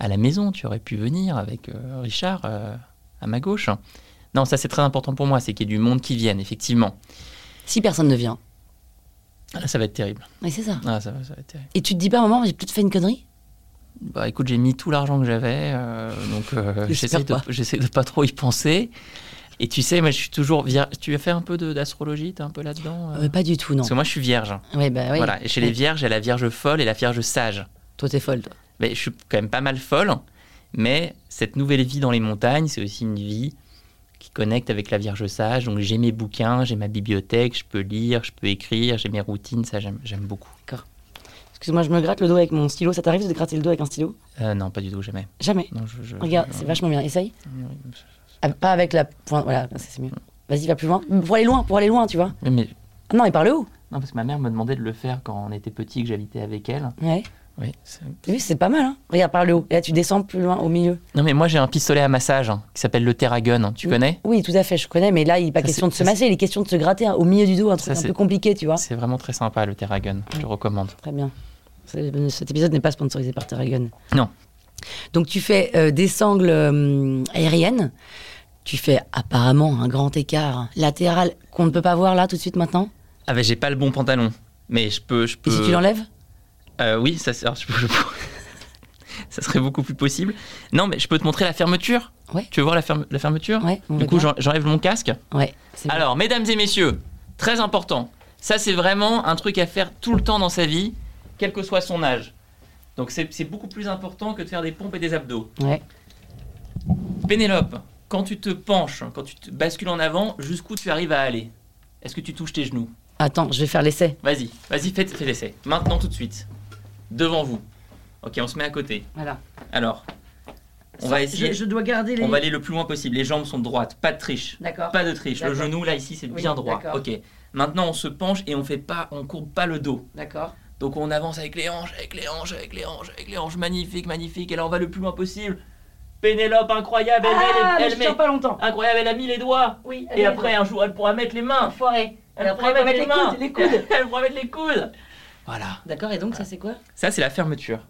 S5: à la maison, tu aurais pu venir avec euh, Richard euh, à ma gauche. Non, ça c'est très important pour moi, c'est qu'il y ait du monde qui vienne, effectivement.
S4: Si personne ne vient.
S5: Ah, ça va être terrible.
S4: Oui, c'est ça.
S5: Ah, ça, va- ça va être terrible.
S4: Et tu te dis pas, maman, j'ai peut-être fait une connerie
S5: Bah écoute, j'ai mis tout l'argent que j'avais, euh, donc euh,
S4: J'espère
S5: j'essaie de,
S4: pas.
S5: j'essaie de pas trop y penser. Et tu sais, moi je suis toujours... vierge. Tu as fait un peu de- d'astrologie, t'es un peu là-dedans euh
S4: Euh, Pas du tout, non.
S5: Parce que moi je suis vierge.
S4: Ouais, bah oui.
S5: Voilà, et chez les vierges, il y a la vierge folle et la vierge sage.
S4: Toi, t'es folle, toi.
S5: Mais je suis quand même pas mal folle, mais cette nouvelle vie dans les montagnes, c'est aussi une vie qui connecte avec la Vierge Sage. Donc j'ai mes bouquins, j'ai ma bibliothèque, je peux lire, je peux écrire, j'ai mes routines, ça j'aime j'aime beaucoup.
S4: Excuse-moi, je me gratte le dos avec mon stylo. Ça t'arrive de gratter le dos avec un stylo
S5: Euh, non, pas du tout, jamais.
S4: Jamais.
S5: Non, je, je-
S4: Regarde,
S5: je-
S4: c'est vachement bien. Essaye. Ah, Pas avec la pointe. Voilà, ça, c'est mieux. Vas-y, va plus loin. Pour aller loin, pour aller loin, tu vois.
S5: Oui, mais-
S4: Ah non, et par le haut.
S5: Non, parce que ma mère me demandait de le faire quand on était petit, que j'habitais avec elle.
S4: Ouais.
S5: Oui, c'est-
S4: T'as vu, c'est pas mal, hein. Regarde, par le haut. Et là, tu descends plus loin, au milieu.
S5: non, mais moi j'ai un pistolet à massage hein, qui s'appelle le Terragun, hein, tu connais
S4: Oui, tout à fait, je connais, mais là, il n'est pas
S5: Ça,
S4: question de
S5: c'est-
S4: se
S5: ça,
S4: masser, il est question de se gratter hein, au milieu du dos, un truc
S5: Ça,
S4: un
S5: c'est-
S4: peu compliqué, tu vois.
S5: C'est vraiment très sympa le Terragun, je le recommande.
S4: Très bien. C'est- euh, Cet épisode n'est pas sponsorisé par Terragon.
S5: Non.
S4: Donc, tu fais euh, des sangles euh, aériennes. Tu fais apparemment un grand écart latéral qu'on ne peut pas voir là tout de suite maintenant.
S5: Ah, mais j'ai pas le bon pantalon, mais je peux. Je
S4: Et
S5: peux...
S4: si tu l'enlèves
S5: Euh, oui, ça, c'est- alors, je- je- ça serait beaucoup plus possible. Non, mais je peux te montrer la fermeture
S4: Ouais.
S5: Tu veux voir la, ferme- la fermeture
S4: Ouais, on
S5: Du
S4: veut
S5: coup,
S4: bien.
S5: j'en- j'enlève mon casque.
S4: Ouais. c'est bon.
S5: Alors, mesdames et messieurs, très important. Ça, c'est vraiment un truc à faire tout le temps dans sa vie, quel que soit son âge. Donc, c'est c'est beaucoup plus important que de faire des pompes et des abdos.
S4: Ouais.
S5: Pénélope, quand tu te penches, quand tu te bascules en avant, jusqu'où tu arrives à aller Est-ce que tu touches tes genoux
S4: Attends, je vais faire l'essai.
S5: Vas-y, vas-y, fais, fais l'essai. Maintenant, tout de suite. Devant vous. Ok, on se met à côté.
S4: Voilà.
S5: Alors, On va
S4: Ça,
S5: essayer.
S4: Je, je dois garder les.
S5: On va aller le plus loin possible. Les jambes sont droites, pas de triche.
S4: D'accord.
S5: Pas de triche. Le
S4: D'accord.
S5: genou là ici c'est
S4: Oui,
S5: bien droit.
S4: d'accord.
S5: Ok. Maintenant on se penche et on fait pas, on courbe pas le dos.
S4: D'accord.
S5: Donc on avance avec les hanches, avec les hanches, avec les hanches, avec les hanches. Magnifique, magnifique. Et là on va le plus loin possible. Pénélope incroyable, elle
S4: Ah,
S5: met,
S4: mais
S5: les-
S4: je
S5: elle met-
S4: tiens pas longtemps.
S5: incroyable, elle a mis les doigts.
S4: Oui.
S5: Et après un jour elle pourra mettre les mains.
S4: Foiré.
S5: Elle
S4: Et après,
S5: pourra
S4: elle va mettre les coudes, les coudes.
S5: elle pourra mettre les coudes. Voilà.
S4: D'accord, et donc ça c'est quoi
S5: Ça, c'est la fermeture.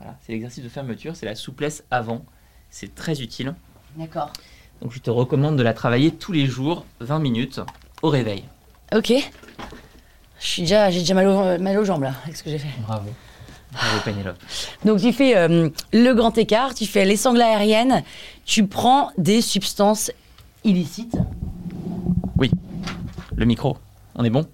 S5: Voilà, c'est l'exercice de fermeture, c'est la souplesse avant. C'est très utile.
S4: D'accord.
S5: Donc, je te recommande de la travailler tous les jours, 20 minutes, au réveil.
S4: Ok. Je suis déjà, j'ai déjà mal, au- mal aux jambes là, avec ce que j'ai fait.
S5: Bravo. Bravo, Pénélope.
S4: Donc tu fais euh, le grand écart, tu fais les sangles aériennes, tu prends des substances illicites.
S5: Le micro, on est bon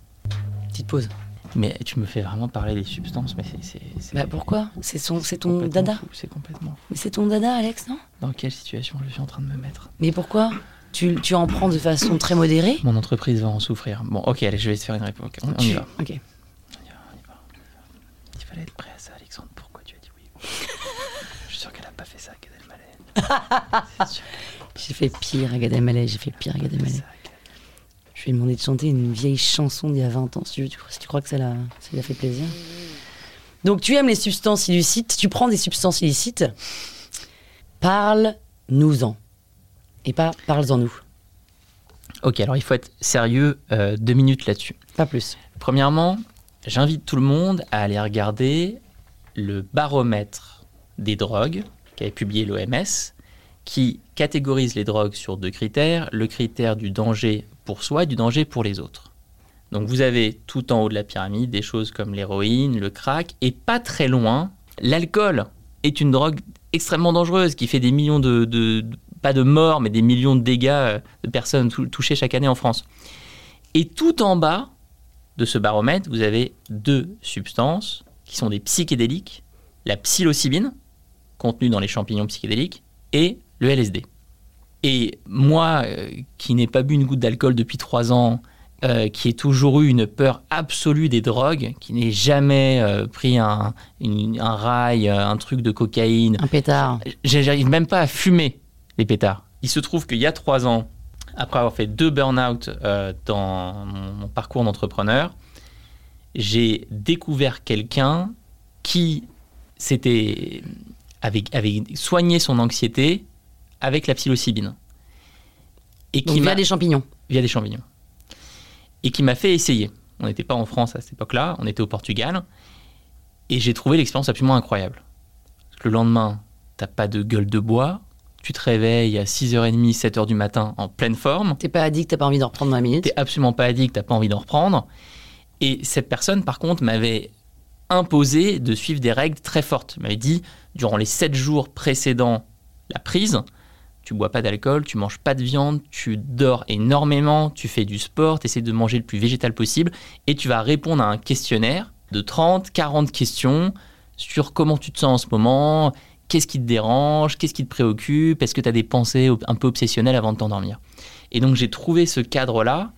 S4: Petite pause.
S5: Mais tu me fais vraiment parler des substances, mais c'est- c'est. c'est-
S4: Bah pourquoi C'est son, c'est ton
S5: complètement
S4: dada.
S5: fou, C'est complètement. fou.
S4: Mais c'est ton dada, Alex, non
S5: Dans quelle situation je suis en train de me mettre
S4: Mais pourquoi tu, tu en prends de façon très modérée
S5: Mon entreprise va en souffrir. Bon, ok, allez, je vais te faire une réponse. Ok, On, on y
S4: Tu-
S5: va.
S4: Ok.
S5: Il fallait être prêt à ça, Alexandre. Pourquoi tu as dit oui Je suis sûr qu'elle a pas fait ça, Gad Elmaleh. C'est sûr
S4: J'ai fait pire à Gad Elmaleh, j'ai fait pire à Gad
S5: qu'elle a fait
S4: Elmaleh.
S5: ça, Gad
S4: Je lui ai demandé de chanter une vieille chanson d'il y a 20 ans, si tu, si tu crois que ça l'a ça lui a fait plaisir. Donc tu aimes les substances illicites, tu prends des substances illicites, parle-nous-en. Et pas parle-en nous,
S5: Ok, alors il faut être sérieux euh, deux minutes là-dessus.
S4: pas plus.
S5: Premièrement, j'invite tout le monde à aller regarder le baromètre des drogues qu'avait publié l'OMS, qui catégorise les drogues sur deux critères, le critère du danger pour soi et du danger pour les autres. Donc vous avez tout en haut de la pyramide des choses comme l'héroïne, le crack, et pas très loin, l'alcool est une drogue extrêmement dangereuse qui fait des millions de, de- de- pas de morts, mais des millions de dégâts euh, de personnes tou- touchées chaque année en France. Et tout en bas, de ce baromètre, vous avez deux substances qui sont des psychédéliques, la psilocybine, contenue dans les champignons psychédéliques, et le LSD. Et moi, euh, qui n'ai pas bu une goutte d'alcool depuis trois ans, euh, qui ai toujours eu une peur absolue des drogues, qui n'ai jamais euh, pris un, une- un rail, euh, un truc de cocaïne,
S4: Un pétard.
S5: j'ai- J'arrive même pas à fumer les pétards. Il se trouve qu'il y a trois ans, après avoir fait deux burn-out euh, dans mon mon parcours d'entrepreneur, j'ai découvert quelqu'un qui s'était avait, avait soigné son anxiété avec la psilocybine et
S4: Donc
S5: qui
S4: via
S5: m'a
S4: des champignons.
S5: via des champignons. Et qui m'a fait essayer. On n'était pas en France à cette époque-là, on était au Portugal. Et j'ai trouvé l'expérience absolument incroyable. Parce que Le lendemain, t'as pas de gueule de bois, tu te réveilles à 6h30, 7h du matin en pleine forme,
S4: T'es pas addict, t'as pas envie d'en reprendre dans la minute.
S5: t'es absolument pas addict, t'as pas envie d'en reprendre. Et cette personne, par contre, m'avait imposé de suivre des règles très fortes. Elle m'avait dit, durant les 7 jours précédant la prise, tu bois pas d'alcool, tu manges pas de viande, tu dors énormément, tu fais du sport, tu essaies de manger le plus végétal possible et tu vas répondre à un questionnaire de 30, 40 questions sur comment tu te sens en ce moment, qu'est-ce qui te dérange, qu'est-ce qui te préoccupe, est-ce que tu as des pensées ob- un peu obsessionnelles avant de t'endormir. Et donc j'ai trouvé ce cadre-là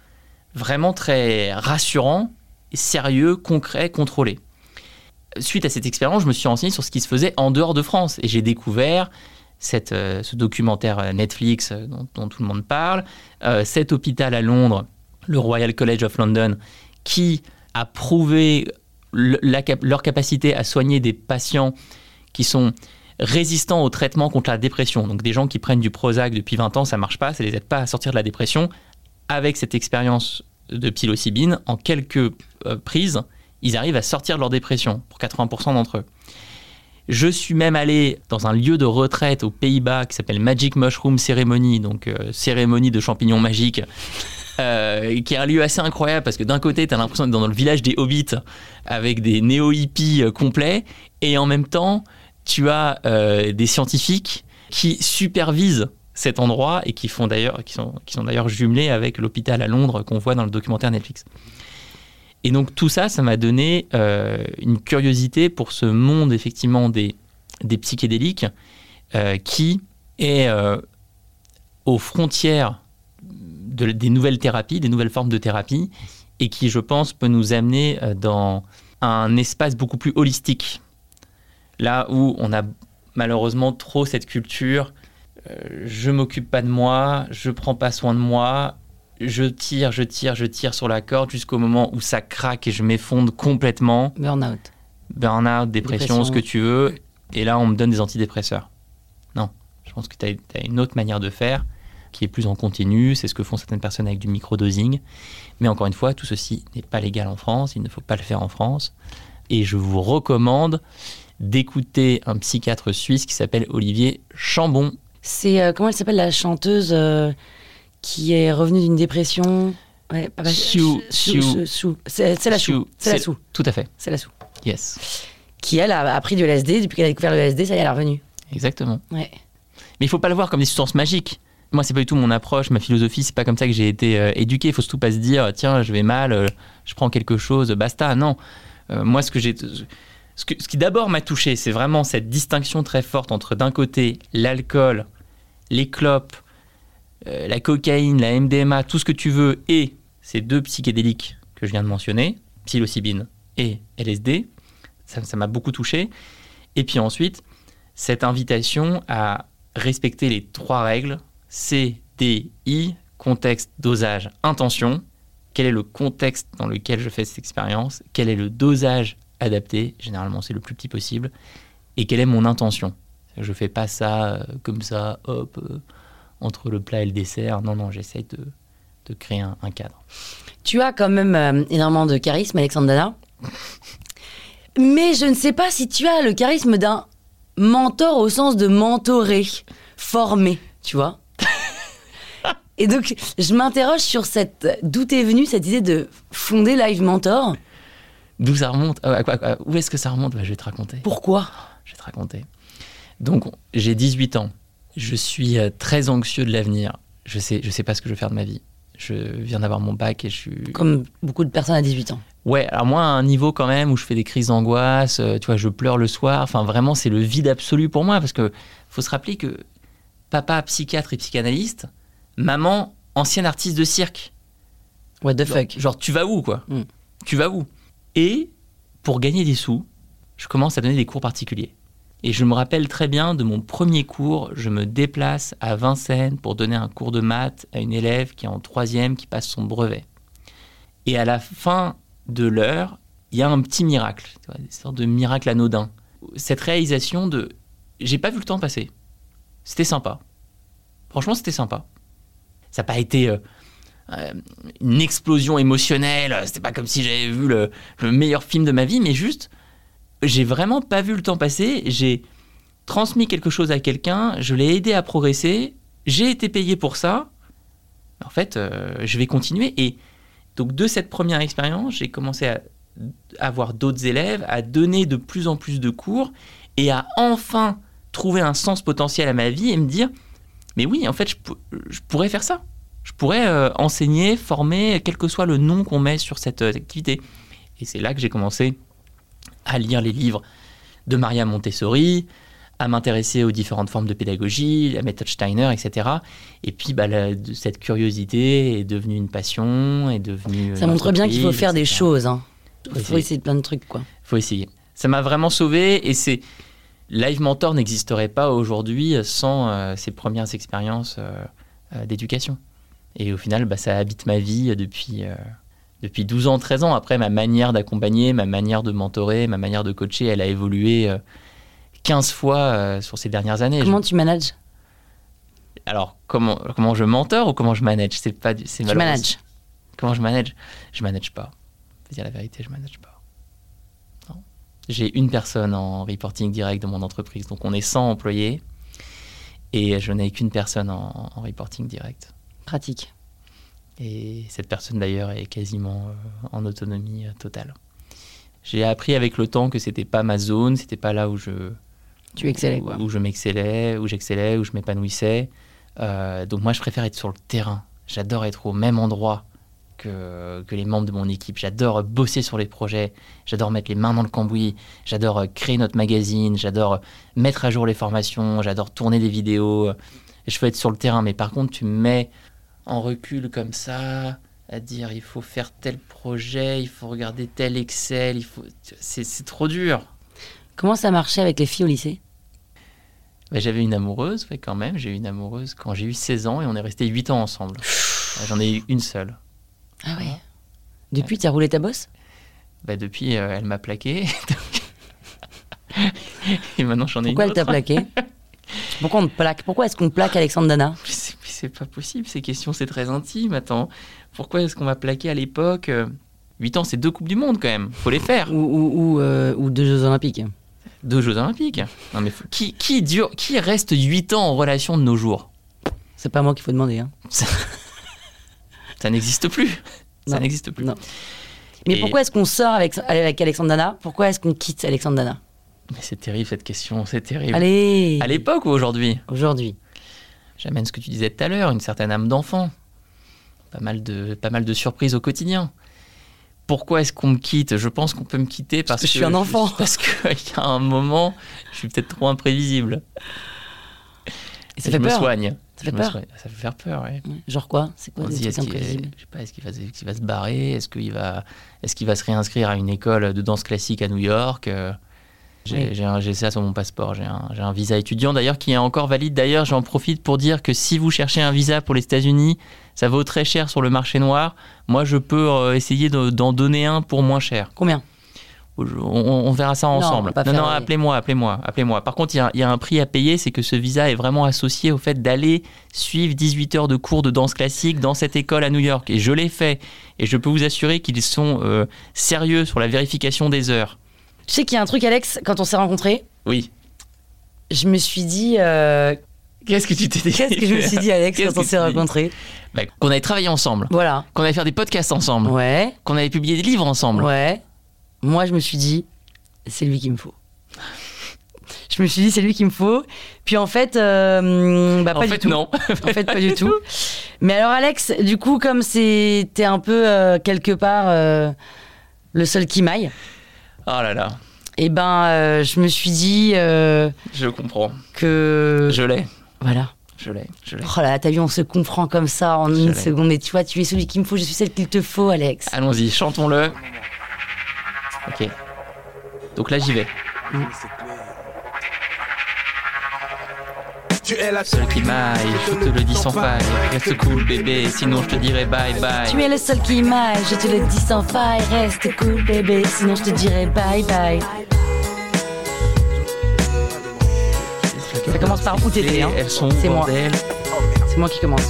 S5: vraiment très rassurant, sérieux, concret, contrôlé. Suite à cette expérience, je me suis renseigné sur ce qui se faisait en dehors de France et j'ai découvert cette, euh, ce documentaire euh, Netflix euh, dont, dont tout le monde parle, euh, cet hôpital à Londres, le Royal College of London, qui a prouvé le- la cap- leur capacité à soigner des patients qui sont résistants au traitement contre la dépression. Donc des gens qui prennent du Prozac depuis 20 ans, ça marche pas, ça les aide pas à sortir de la dépression. Avec cette expérience de psilocybine, en quelques euh, prises, ils arrivent à sortir de leur dépression pour 80% d'entre eux. Je suis même allé dans un lieu de retraite aux Pays-Bas qui s'appelle Magic Mushroom Ceremony, donc euh, cérémonie de champignons magiques, euh, qui est un lieu assez incroyable parce que d'un côté, tu as l'impression d'être dans le village des hobbits avec des néo-hippies euh, complets, et en même temps, tu as euh, des scientifiques qui supervisent cet endroit et qui, font d'ailleurs, qui sont, qui sont d'ailleurs jumelés avec l'hôpital à Londres qu'on voit dans le documentaire Netflix. Et donc tout ça, ça m'a donné euh, une curiosité pour ce monde effectivement des, des psychédéliques euh, qui est euh, aux frontières de- des nouvelles thérapies, des nouvelles formes de thérapie, et qui, je pense, peut nous amener euh, dans un espace beaucoup plus holistique. Là où on a malheureusement trop cette culture euh, je m'occupe pas de moi, je prends pas soin de moi, je tire, je tire, je tire sur la corde jusqu'au moment où ça craque et je m'effondre complètement.
S4: Burnout.
S5: Burnout, dépression,
S4: Dépression.
S5: ce que tu veux. Et là, on me donne des antidépresseurs. Non, je pense que tu as, une autre manière de faire qui est plus en continu. C'est ce que font certaines personnes avec du microdosing. Mais encore une fois, tout ceci n'est pas légal en France. Il ne faut pas le faire en France. Et je vous recommande d'écouter un psychiatre suisse qui s'appelle Olivier Chambon.
S4: C'est euh, comment elle s'appelle la chanteuse euh, qui est revenue d'une dépression. Ouais, ah bah, pas- pas-
S5: Chou,
S4: Chou,
S5: Chou.
S4: Chou. C'est c'est la chou.
S5: Chou,
S4: C'est la chou.
S5: Tout à fait.
S4: C'est la chou.
S5: Yes.
S4: Qui elle a, a pris du LSD depuis qu'elle a découvert le LSD, ça y est, elle est revenue.
S5: Exactement.
S4: Ouais.
S5: Mais il faut pas le voir comme des substances magiques. Moi, c'est pas du tout mon approche, ma philosophie, c'est pas comme ça que j'ai été euh, éduqué. Il faut surtout pas se dire, tiens, je vais mal, euh, je prends quelque chose, basta. Non. Euh, moi, ce que j'ai. Ce, que- ce qui d'abord m'a touché, c'est vraiment cette distinction très forte entre d'un côté l'alcool, les clopes, euh, la cocaïne, la MDMA, tout ce que tu veux, et ces deux psychédéliques que je viens de mentionner, psilocybine et LSD. Ça ça m'a beaucoup touché. Et puis ensuite, cette invitation à respecter les trois règles C, D, I, contexte, dosage, intention. Quel est le contexte dans lequel je fais cette expérience Quel est le dosage adapté Généralement, c'est le plus petit possible. Et quelle est mon intention Je fais pas ça euh, comme ça, hop, euh, entre le plat et le dessert. Non, non, j'essaye de, de créer un, un cadre.
S4: Tu as quand même euh, énormément de charisme, Alexandre Dana. Mais je ne sais pas si tu as le charisme d'un mentor au sens de mentoré, formé, tu vois. Et donc, je m'interroge sur cette. D'où est venue cette idée de fonder Live Mentor
S5: D'où ça remonte Ah, à quoi- à quoi- Où est-ce que ça remonte Bah, Je vais te raconter.
S4: Pourquoi
S5: Je vais te raconter. Donc, j'ai 18 ans. Je suis euh, très anxieux de l'avenir. Je sais, je sais pas ce que je vais faire de ma vie. Je viens d'avoir mon bac et je suis.
S4: Comme beaucoup de personnes à 18 ans.
S5: Ouais, alors moi, à un niveau quand même où je fais des crises d'angoisse, euh, tu vois, je pleure le soir. Enfin, vraiment, c'est le vide absolu pour moi parce que faut se rappeler que papa, psychiatre et psychanalyste, maman, ancienne artiste de cirque.
S4: What the
S5: Genre,
S4: fuck
S5: genre, tu vas où, quoi
S4: Mm.
S5: Tu vas où Et pour gagner des sous, je commence à donner des cours particuliers. Et je me rappelle très bien de mon premier cours, je me déplace à Vincennes pour donner un cours de maths à une élève qui est en troisième, qui passe son brevet. Et à la fin de l'heure, il y a un petit miracle, tu vois, une sorte de miracle anodin. Cette réalisation de j'ai pas vu le temps passer. C'était sympa. Franchement, c'était sympa. Ça n'a pas été euh, euh, une explosion émotionnelle. C'était pas comme si j'avais vu le, le meilleur film de ma vie, mais juste, j'ai vraiment pas vu le temps passer. J'ai transmis quelque chose à quelqu'un, je l'ai aidé à progresser, j'ai été payé pour ça. En fait, euh, je vais continuer. Et donc, de cette première expérience, j'ai commencé à avoir d'autres élèves, à donner de plus en plus de cours et à enfin trouver un sens potentiel à ma vie et me dire mais oui, en fait, je, pou- je pourrais faire ça. Je pourrais euh, enseigner, former, quel que soit le nom qu'on met sur cette euh, activité. Et c'est là que j'ai commencé à lire les livres de Maria Montessori, à m'intéresser aux différentes formes de pédagogie, la méthode Steiner, etc. Et puis, bah, la- de- cette curiosité est devenue une passion, est devenue... euh,
S4: Ça montre bien qu'il faut
S5: l'entreprise,
S4: faire des
S5: etc.
S4: choses. hein.
S5: Oui,
S4: Il faut
S5: c'est-
S4: essayer plein de trucs, quoi.
S5: faut essayer. Ça m'a vraiment sauvé et c'est Live Mentor n'existerait pas aujourd'hui sans euh, ces premières expériences euh, euh, d'éducation. Et au final, bah, ça habite ma vie depuis, euh, depuis 12 ans, 13 ans. Après, ma manière d'accompagner, ma manière de mentorer, ma manière de coacher, elle a évolué euh, 15 fois euh, sur ces dernières années.
S4: Comment tu manages
S5: Je- Alors, comment, comment je mentor ou comment je manage C'est pas du- c'est
S4: Tu
S5: malheureux.
S4: manages.
S5: Comment je manage Je manage pas. Je vais dire la vérité, je manage pas. Non. J'ai une personne en reporting direct de mon entreprise, donc on est 100 employés et je n'ai qu'une personne en, en reporting direct.
S4: Pratique.
S5: Et cette personne d'ailleurs est quasiment euh, en autonomie euh, totale. J'ai appris avec le temps que c'était pas ma zone, c'était pas là où je
S4: Tu excellais,
S5: où-
S4: quoi.
S5: où je m'excellais, où j'excellais, où je m'épanouissais. Euh, donc moi, je préfère être sur le terrain. J'adore être au même endroit que, que les membres de mon équipe. J'adore bosser sur les projets. J'adore mettre les mains dans le cambouis. J'adore euh, créer notre magazine. J'adore euh, mettre à jour les formations. J'adore tourner des vidéos. Je veux être sur le terrain. Mais par contre, tu me mets en recul comme ça à dire il faut faire tel projet, il faut regarder tel Excel. Il faut... c'est, c'est trop dur.
S4: Comment ça marchait avec les filles au lycée
S5: Bah, J'avais une amoureuse, ouais, quand même. J'ai eu une amoureuse quand j'ai eu 16 ans et on est resté 8 ans ensemble. Ouais, J'en ai eu une seule.
S4: Ah ouais. Depuis, t'as roulé ta bosse
S5: Bah, depuis, euh, elle m'a plaqué. donc- et maintenant, j'en ai
S4: Pourquoi
S5: une
S4: elle t'a
S5: autre.
S4: plaqué Pourquoi on te plaque Pourquoi est-ce qu'on plaque Alexandre Dana
S5: Mais C'est mais c'est pas possible, ces questions, c'est très intime. Attends, pourquoi est-ce qu'on m'a plaqué à l'époque 8 ans, c'est deux Coupes du Monde quand même, faut les faire.
S4: ou, ou, ou, euh, ou deux Jeux Olympiques
S5: Deux Jeux Olympiques. Non, mais faut- qui, qui, dure, qui reste 8 ans en relation de nos jours
S4: C'est pas moi qu'il faut demander. hein.
S5: Ça n'existe plus.
S4: Non.
S5: Ça n'existe plus.
S4: Non. Mais
S5: Et-
S4: pourquoi est-ce qu'on sort avec, avec Alexandre Dana Pourquoi est-ce qu'on quitte Alexandre Dana
S5: Mais c'est terrible cette question, c'est terrible.
S4: Allez
S5: À l'époque ou aujourd'hui
S4: Aujourd'hui.
S5: J'amène ce que tu disais tout à l'heure, une certaine âme d'enfant. Pas mal de, pas mal de surprises au quotidien. Pourquoi est-ce qu'on me quitte Je pense qu'on peut me quitter parce,
S4: que je suis un enfant.
S5: Parce qu'il y a un moment, je suis peut-être trop imprévisible.
S4: Et ça
S5: Et
S4: fait
S5: je me
S4: peur.
S5: soigne.
S4: Ça fait
S5: Je me
S4: peur.
S5: soigne. Ça fait faire peur, ouais.
S4: Ouais. Genre quoi C'est quoi
S5: On
S4: des
S5: se dit,
S4: trucs
S5: est-ce qu'il
S4: imprévisibles
S5: je sais pas, est-ce qu'il va, se- est-ce qu'il va se barrer Est-ce qu'il va, est qu'il va se réinscrire à une école de danse classique à New York Euh, J'ai
S4: Oui.
S5: j'ai un- j'ai ça sur mon passeport. J'ai un, j'ai un visa étudiant d'ailleurs qui est encore valide. D'ailleurs, j'en profite pour dire que si vous cherchez un visa pour les États-Unis, ça vaut très cher sur le marché noir. Moi, je peux euh, essayer de- d'en donner un pour moins cher.
S4: Combien
S5: On, on- on verra ça ensemble.
S4: on va pas
S5: non,
S4: faire
S5: non,
S4: les-
S5: appelez-moi, appelez-moi, appelez-moi. Par contre, il y a- il y, a un prix à payer, c'est que ce visa est vraiment associé au fait d'aller suivre 18 heures de cours de danse classique dans cette école à New York. Et je l'ai fait. Et je peux vous assurer qu'ils sont euh, sérieux sur la vérification des heures.
S4: Tu sais qu'il y a un truc, Alex, quand on s'est rencontrés,
S5: Oui.
S4: je me suis dit. euh,
S5: Qu'est-ce que tu t'es dit
S4: Qu'est-ce que je me suis dit, Alex,
S5: Qu'est-ce
S4: quand on
S5: que
S4: s'est
S5: tu dis
S4: rencontrés
S5: Bah, Qu'on allait travailler ensemble,
S4: Voilà.
S5: qu'on allait faire des podcasts ensemble,
S4: Ouais,
S5: qu'on allait publier des livres ensemble.
S4: ouais. Moi, je me suis dit, c'est lui qu'il me faut. Je me suis dit, c'est lui qu'il me faut. Puis en fait, euh, bah,
S5: En
S4: pas du
S5: fait,
S4: tout.
S5: non.
S4: En fait, pas du tout. Mais alors, Alex, du coup, comme c'était un peu euh, quelque part euh, le seul qui maille,
S5: Oh là là,
S4: eh ben, euh, je me suis dit euh,
S5: je comprends.
S4: que.
S5: Je l'ai,
S4: Voilà.
S5: je l'ai, je l'ai.
S4: Oh là là, t'as vu, on se comprend comme ça en
S5: Je
S4: une
S5: l'ai.
S4: seconde. Et tu vois, tu es celui qu'il me faut, je suis celle qu'il te faut, Alex.
S5: Allons-y, chantons-le. Ok. Donc là, j'y vais.
S7: Mm. Tu es la
S5: Seul qui maille, je te le dis sans faille. Reste cool, bébé, sinon je te dirai bye
S4: Tu
S5: bye.
S4: es le seul qui maille, je te le dis sans faille. Reste cool, bébé, sinon je te dirai bye bye. Ça commence par où t'étais, hein
S5: Elles sont
S4: C'est moi.
S5: bordel.
S4: C'est moi qui commence.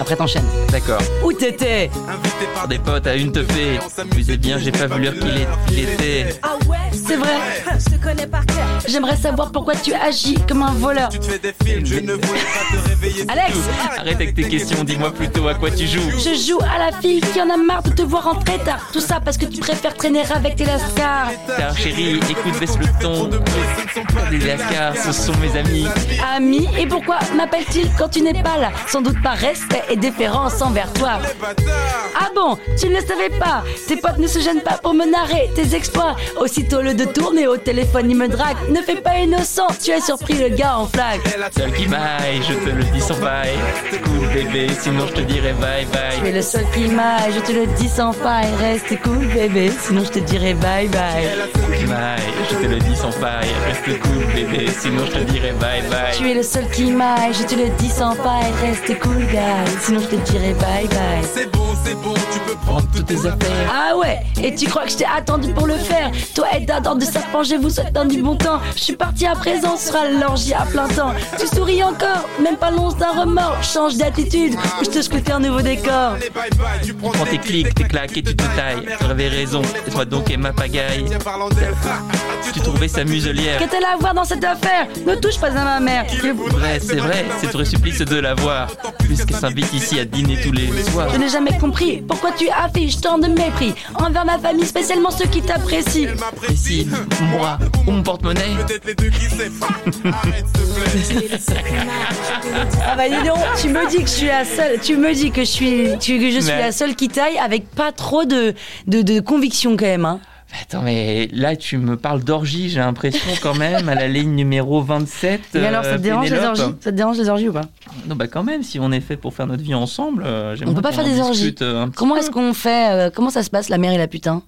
S4: Après, t'enchaînes.
S5: D'accord.
S4: Où t'étais
S7: Invité par
S5: Des potes à une teufée. Musée bien, j'ai pas vu l'heure qu'il est- qu'il était.
S8: Ah ouais,
S4: C'est vrai,
S8: je te connais par cœur.
S4: j'aimerais savoir pourquoi tu agis comme un voleur.
S7: Tu te fais des films, je ne voulais pas te réveiller.
S4: Alex
S5: Arrête avec tes questions, dis-moi plutôt à quoi tu joues.
S4: Je joue à la fille qui en a marre de te voir en tard. Tout ça parce que tu préfères traîner avec tes lascars.
S5: Car chérie, écoute, baisse le ton. Les lascars, ce sont mes amis.
S4: Ami, et pourquoi m'appelle-t-il quand tu n'es pas là Sans doute par respect et déférence envers toi. Ah bon, tu ne le savais pas Tes potes ne se gênent pas pour me narrer tes exploits. Aussitôt le de tourner au téléphone, il me drague. Ne fais pas innocent, tu as surpris le gars en flag.
S5: Seul qui maille, je te le dis sans faille. Reste cool, bébé, sinon je te dirai bye
S4: Tu es
S5: bye.
S4: le seul qui m'aille, je te le dis sans faille. Reste cool bébé, sinon je te dirai bye bye.
S5: Seul qui maille, je te le dis sans faille. Reste cool, bébé, sinon je te dirai bye bye.
S4: Tu es le seul qui m'aille, je te le dis sans faille. Reste cool gars, sinon je te dirai bye bye.
S7: C'est bon, c'est bon, tu peux prendre toutes tes affaires.
S4: Ah ouais, et tu crois que je t'ai attendu pour le faire Toi et Dadan de serpent, je vous souhaite un du bon temps. Je suis parti à présent, ce sera l'orgie à plein temps. Tu souris encore, même pas l'once d'un remords. Change d'attitude, ou je te sculpte un nouveau décor.
S7: Les bye bye, tu prends
S5: Prends tes clics, tes claques et tu te tailles. Tu avais raison, et toi donc et ma pagaille.
S7: Tiens, parlant d'elle, ha, ha,
S5: Tu trouvais sa muselière.
S4: Qu'a-t-elle à voir dans cette affaire Ne touche pas à ma mère.
S7: le
S5: Vrai, c'est vrai, c'est vrai supplice de la voir. Plus qu'elle s'invite ici à dîner tous les soirs.
S4: Je n'ai jamais compris pourquoi tu affiches tant de mépris envers ma famille, spécialement ceux qui t'apprécient.
S7: Elle
S5: Et si,
S7: m'apprécie.
S5: moi, ou mon porte-monnaie,
S7: Peut-être les deux qui s'est. Arrête, s'il te plaît.
S4: Ah bah dis donc, tu me dis que je suis la seule, tu me dis que je suis, tu- que je suis
S5: Mais-
S4: la seule qui taille avec pas trop de, de, de conviction quand même. Hein.
S5: Attends, mais là, tu me parles d'orgie, j'ai l'impression quand même, à la ligne numéro 27.
S4: Mais alors, ça
S5: euh,
S4: te dérange les
S5: Pénélope.
S4: orgies Ça te dérange les orgies ou pas
S5: Non, bah quand même, si on est fait pour faire notre vie ensemble, euh, j'aimerais
S4: On peut pas
S5: qu'on
S4: faire
S5: en
S4: des orgies.
S5: discute, euh, un petit
S4: Comment
S5: peu.
S4: est-ce qu'on fait euh, Comment ça se passe, la mère et la putain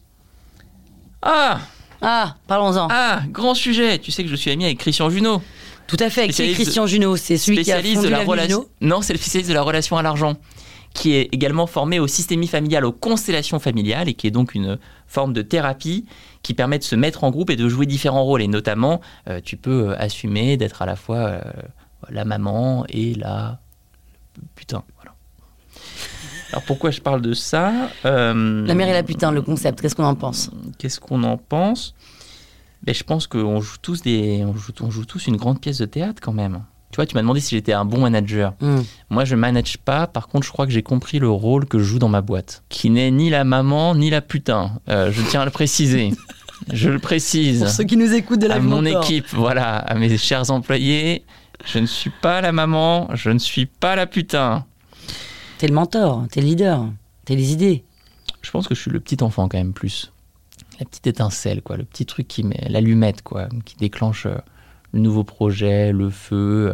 S5: Ah
S4: Ah, parlons-en.
S5: Ah Grand sujet Tu sais que je suis ami avec Christian Junot.
S4: Tout à fait. Qui est
S5: Spécialiste-
S4: Christian Junot C'est celui qui a
S5: spécialiste
S4: fondu
S5: de la
S4: la
S5: relation. Non, c'est le spécialiste de la relation à l'argent, qui est également formé aux systémies familiales, aux constellations familiales, et qui est donc une forme de thérapie qui permet de se mettre en groupe et de jouer différents rôles. Et notamment, euh, tu peux euh, assumer d'être à la fois euh, la maman et la putain. Voilà. Alors pourquoi je parle de ça Euh,
S4: La mère et la putain, le concept. Qu'est-ce qu'on en pense
S5: Qu'est-ce qu'on en pense ben, Je pense qu'on joue, tous des... on joue, on joue tous une grande pièce de théâtre quand même. Tu vois, tu m'as demandé si j'étais un bon manager.
S4: Hmm.
S5: Moi, je manage pas. Par contre, je crois que j'ai compris le rôle que je joue dans ma boîte, qui n'est ni la maman ni la putain. Euh, je tiens à le préciser. Je le précise
S4: Pour ceux qui nous écoutent de la
S5: à mon
S4: Mentor.
S5: équipe, voilà, à mes chers employés. Je ne suis pas la maman, je ne suis pas la putain.
S4: T'es le mentor, t'es le leader, t'es les idées.
S5: Je pense que je suis le petit enfant quand même plus. La petite étincelle, quoi, le petit truc qui met l'allumette, quoi, qui déclenche euh, le nouveau projet, le feu.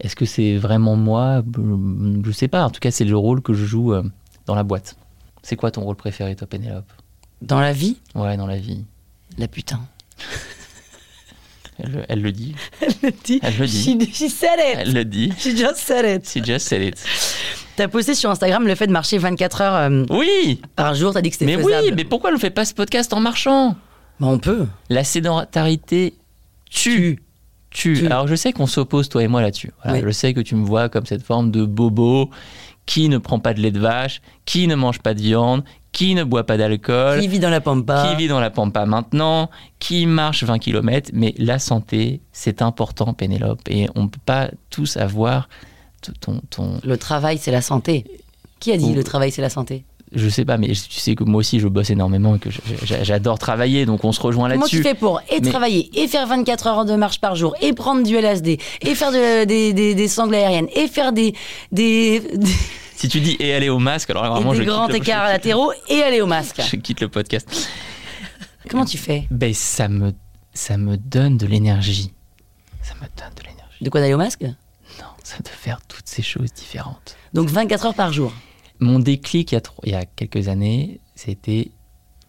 S5: Est-ce que c'est vraiment moi Je sais pas. En tout cas, c'est le rôle que je joue euh, dans la boîte. C'est quoi ton rôle préféré, toi, Pénélope
S4: Dans la vie,
S5: Ouais, dans la vie.
S4: la putain.
S5: Elle, le- elle le dit. Elle
S4: Elle
S5: le dit.
S4: She said it.
S5: Elle le dit.
S4: She just said it.
S5: She just said it.
S4: T'as posté sur Instagram le fait de marcher 24 heures euh,
S5: Oui
S4: par jour. T'as dit que c'était
S5: Mais
S4: faisable.
S5: oui, mais pourquoi on ne fait pas ce podcast en marchant
S4: Bah, on peut.
S5: La sédentarité tue. Tue.
S4: Tue.
S5: Alors je sais qu'on s'oppose, toi et moi, là-dessus. Voilà,
S4: Oui.
S5: Je sais que tu me vois comme cette forme de bobo qui ne prend pas de lait de vache, qui ne mange pas de viande, qui ne boit pas d'alcool,
S4: Qui vit dans la pampa
S5: qui vit dans la pampa maintenant, qui marche 20 km. Mais la santé, c'est important, Pénélope. Et on ne peut pas tous avoir t- ton, ton...
S4: Le travail, c'est la santé. Qui a dit
S5: Ouh.
S4: le travail, c'est la santé
S5: Je sais pas, mais tu sais que moi aussi, je bosse énormément et que je- je- j'adore travailler, donc on se rejoint
S4: Comment tu
S5: là-dessus.
S4: fais pour et
S5: Mais-
S4: travailler, et faire 24 heures de marche par jour, et prendre du LSD, et faire de- des, des, des sangles aériennes, et faire des, des, des-
S5: Si tu dis et aller au masque, alors
S4: et
S5: vraiment
S4: des
S5: Ah, je,
S4: grands
S5: quitte le,
S4: écarts latéraux, et aller au masque
S5: je quitte le podcast.
S4: Comment tu fais
S5: Ben ça me ça me donne de l'énergie. Ça me donne de l'énergie.
S4: De quoi d'aller au masque
S5: Non, ça de faire toutes ces choses différentes.
S4: Donc 24 heures par jour.
S5: Mon déclic il y a, tro- il y a quelques années, c'était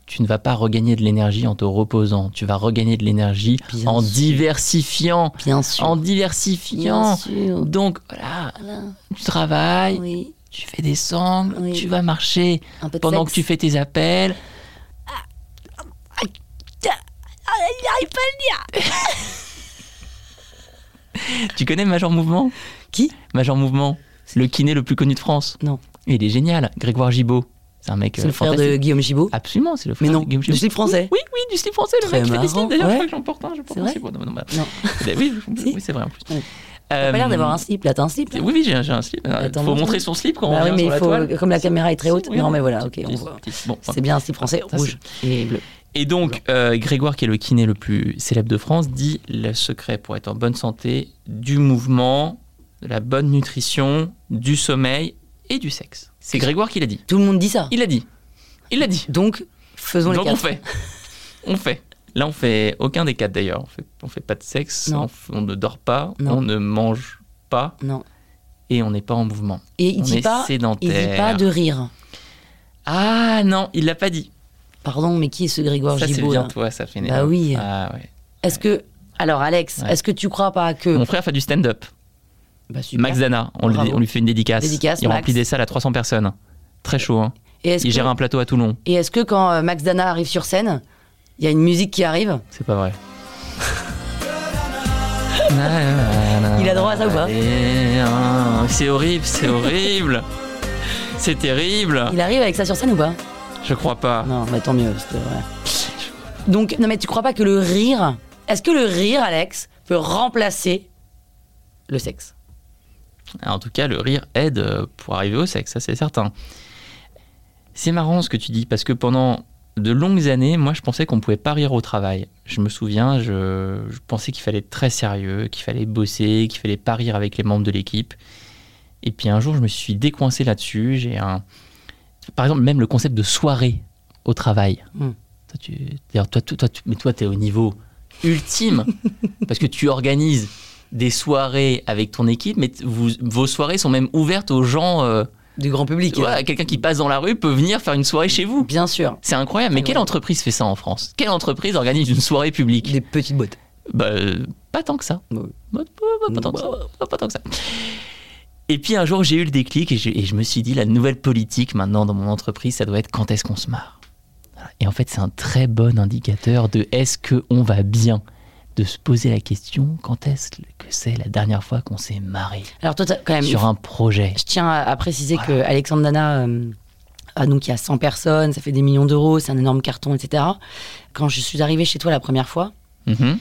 S5: tu ne vas pas regagner de l'énergie en te reposant, tu vas regagner de l'énergie
S4: Bien
S5: en
S4: sûr.
S5: diversifiant,
S4: Bien sûr.
S5: en
S4: Bien
S5: diversifiant.
S4: sûr.
S5: Donc voilà,
S4: Voilà.
S5: tu travailles,
S4: Oui.
S5: tu fais des sangles,
S4: Oui.
S5: tu vas marcher
S4: Un peu de
S5: pendant
S4: sexe.
S5: que tu fais tes appels. Tu connais Major Mouvement
S4: Qui
S5: Major Mouvement, le kiné le plus connu de France.
S4: Non.
S5: Il est génial, Grégoire Gibault. C'est un mec.
S4: C'est
S5: euh,
S4: le frère de
S5: fantastique.
S4: Guillaume Gibaud.
S5: Absolument, c'est le frère
S4: Mais non,
S5: de Guillaume
S4: du
S5: Gibault.
S4: slip français.
S5: Oui, oui, du slip français, le
S4: Très
S5: mec qui fait des
S4: marrant,
S5: slips. D'ailleurs,
S4: ouais.
S5: je crois que j'en porte un. Je porte
S4: C'est
S5: un
S4: vrai
S5: slip. Non, non, bah,
S4: Non.
S5: oui, oui,
S4: Si.
S5: oui, c'est vrai en plus.
S4: Ouais.
S5: Euh,
S4: T'as pas l'air d'avoir un slip là, t'as un slip là
S5: Oui, oui, j'ai un, j'ai un slip. Euh,
S4: Attends,
S5: faut
S4: montre-moi.
S5: montrer son slip quand
S4: Bah
S5: on
S4: oui,
S5: revient
S4: mais
S5: sur la
S4: il faut-
S5: toile.
S4: comme la caméra est très haute.
S5: Oui,
S4: non,
S5: oui.
S4: mais voilà, ok,
S5: Petit,
S4: on
S5: petit,
S4: voit.
S5: petit. Bon,
S4: C'est bien un slip français
S5: Ça,
S4: rouge et bleu.
S5: Et donc, euh, Grégoire, qui est le kiné le plus célèbre de France, dit le secret pour être en bonne santé du mouvement, de la bonne nutrition, du sommeil et du sexe. C'est Grégoire qui l'a dit.
S4: Tout le monde dit ça.
S5: Il l'a dit. Il l'a dit.
S4: Donc, faisons
S5: Donc
S4: les
S5: on
S4: quatre.
S5: fait. On fait. Là, on fait aucun des quatre d'ailleurs. On fait, on fait pas de sexe,
S4: Non.
S5: on, f- on ne dort pas,
S4: Non.
S5: on ne mange pas
S4: Non.
S5: et on n'est pas en mouvement.
S4: Et il
S5: on
S4: dit
S5: est
S4: pas, il
S5: sédentaire.
S4: dit pas de rire.
S5: Ah non, il l'a pas dit.
S4: Pardon, mais qui est ce Grégoire
S5: ça, c'est
S4: Gibaud
S5: bien
S4: là
S5: toi, ça fait
S4: Bah oui.
S5: Ah, ouais.
S4: Est-ce que alors Alex,
S5: Ouais.
S4: est-ce que tu crois pas que
S5: Mon frère fait du stand-up.
S4: Bah, super.
S5: Max Dana, on, lui-
S4: Bravo.
S5: on lui fait une dédicace.
S4: Dédicace,
S5: il
S4: Max.
S5: remplit des salles à 300 personnes. Très chaud. Hein.
S4: et est-ce
S5: Il
S4: que-
S5: gère un plateau à Toulon.
S4: et est-ce que quand euh, Max Dana arrive sur scène, il y a une musique qui arrive
S5: C'est pas vrai. Ah.
S4: Il a droit à ça ou pas
S5: hein, C'est horrible, c'est horrible. C'est terrible.
S4: Il arrive avec ça sur scène ou pas
S5: Je crois pas.
S4: Non, mais tant mieux, c'était vrai. Donc non mais tu crois pas que le rire, est-ce que le rire Alex peut remplacer le sexe
S5: En tout cas, le rire aide euh, pour arriver au sexe, ça c'est certain. C'est marrant ce que tu dis, parce que pendant de longues années, moi je pensais qu'on pouvait pas rire au travail. Je me souviens, je, je pensais qu'il fallait être très sérieux, qu'il fallait bosser, qu'il fallait pas rire avec les membres de l'équipe. Et puis un jour, je me suis décoincé là-dessus. J'ai un. Par exemple, même le concept de soirée au travail.
S4: Hmm.
S5: Toi, tu... d'ailleurs, toi, toi, toi, tu- Mais toi, tu es au niveau ultime, parce que tu organises des soirées avec ton équipe, mais t- vous- vos soirées sont même ouvertes aux gens. euh,
S4: du grand public
S5: voilà, Quelqu'un qui passe dans la rue peut venir faire une soirée chez vous.
S4: Bien sûr,
S5: C'est incroyable, mais
S4: Ah
S5: quelle
S4: ouais.
S5: entreprise fait ça en France Quelle entreprise organise une soirée publique
S4: des petites bottes.
S5: Bah, euh, Pas tant que ça.
S4: Ouais.
S5: Pas- pas- pas tant que ça. Bah, Pas- pas tant que ça. Et puis un jour, j'ai eu le déclic et je, et je me suis dit, la nouvelle politique maintenant dans mon entreprise, ça doit être quand est-ce qu'on se marre. Voilà. Et en fait, c'est un très bon indicateur de est-ce qu'on va bien de se poser la question quand est-ce que c'est la dernière fois qu'on s'est marré
S4: Alors toi, t'as quand même,
S5: sur un projet.
S4: je tiens à, à préciser que Alexandre Dana, euh, ah, donc il y a 100 personnes, ça fait des millions d'euros, c'est un énorme carton, etc. Quand je suis arrivée chez toi la première fois,
S5: Mhm.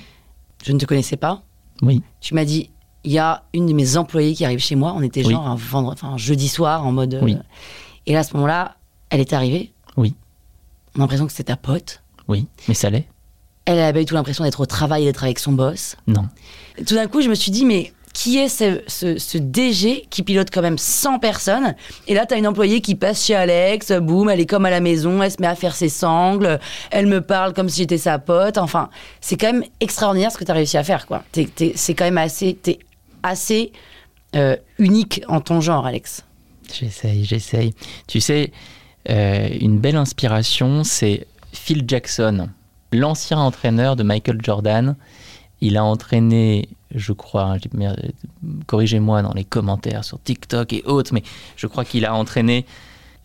S4: je ne te connaissais pas.
S5: Oui.
S4: Tu m'as dit, il y a une de mes employées qui arrive chez moi. On était
S5: Oui.
S4: genre un, vendre- enfin, un jeudi soir en mode. euh,
S5: Oui.
S4: et là, à ce moment-là, elle est arrivée.
S5: Oui.
S4: On a l'impression que c'était ta pote.
S5: Oui, mais ça l'est
S4: Elle avait pas du tout l'impression d'être au travail et d'être avec son boss.
S5: Non.
S4: Et tout d'un coup, je me suis dit, mais qui est ce, ce- ce DG qui pilote quand même 100 personnes Et là, t'as une employée qui passe chez Alex, boum, elle est comme à la maison, elle se met à faire ses sangles, elle me parle comme si j'étais sa pote. Enfin, c'est quand même extraordinaire ce que t'as réussi à faire, quoi. T'es- t'es- c'est quand même assez, t'es assez euh, unique en ton genre, Alex.
S5: J'essaye, j'essaye. Tu sais, euh, une belle inspiration, c'est Phil Jackson, l'ancien entraîneur de Michael Jordan. Il a entraîné, je crois, hein, j'ai- merde, euh, corrigez-moi dans les commentaires sur TikTok et autres, mais je crois qu'il a entraîné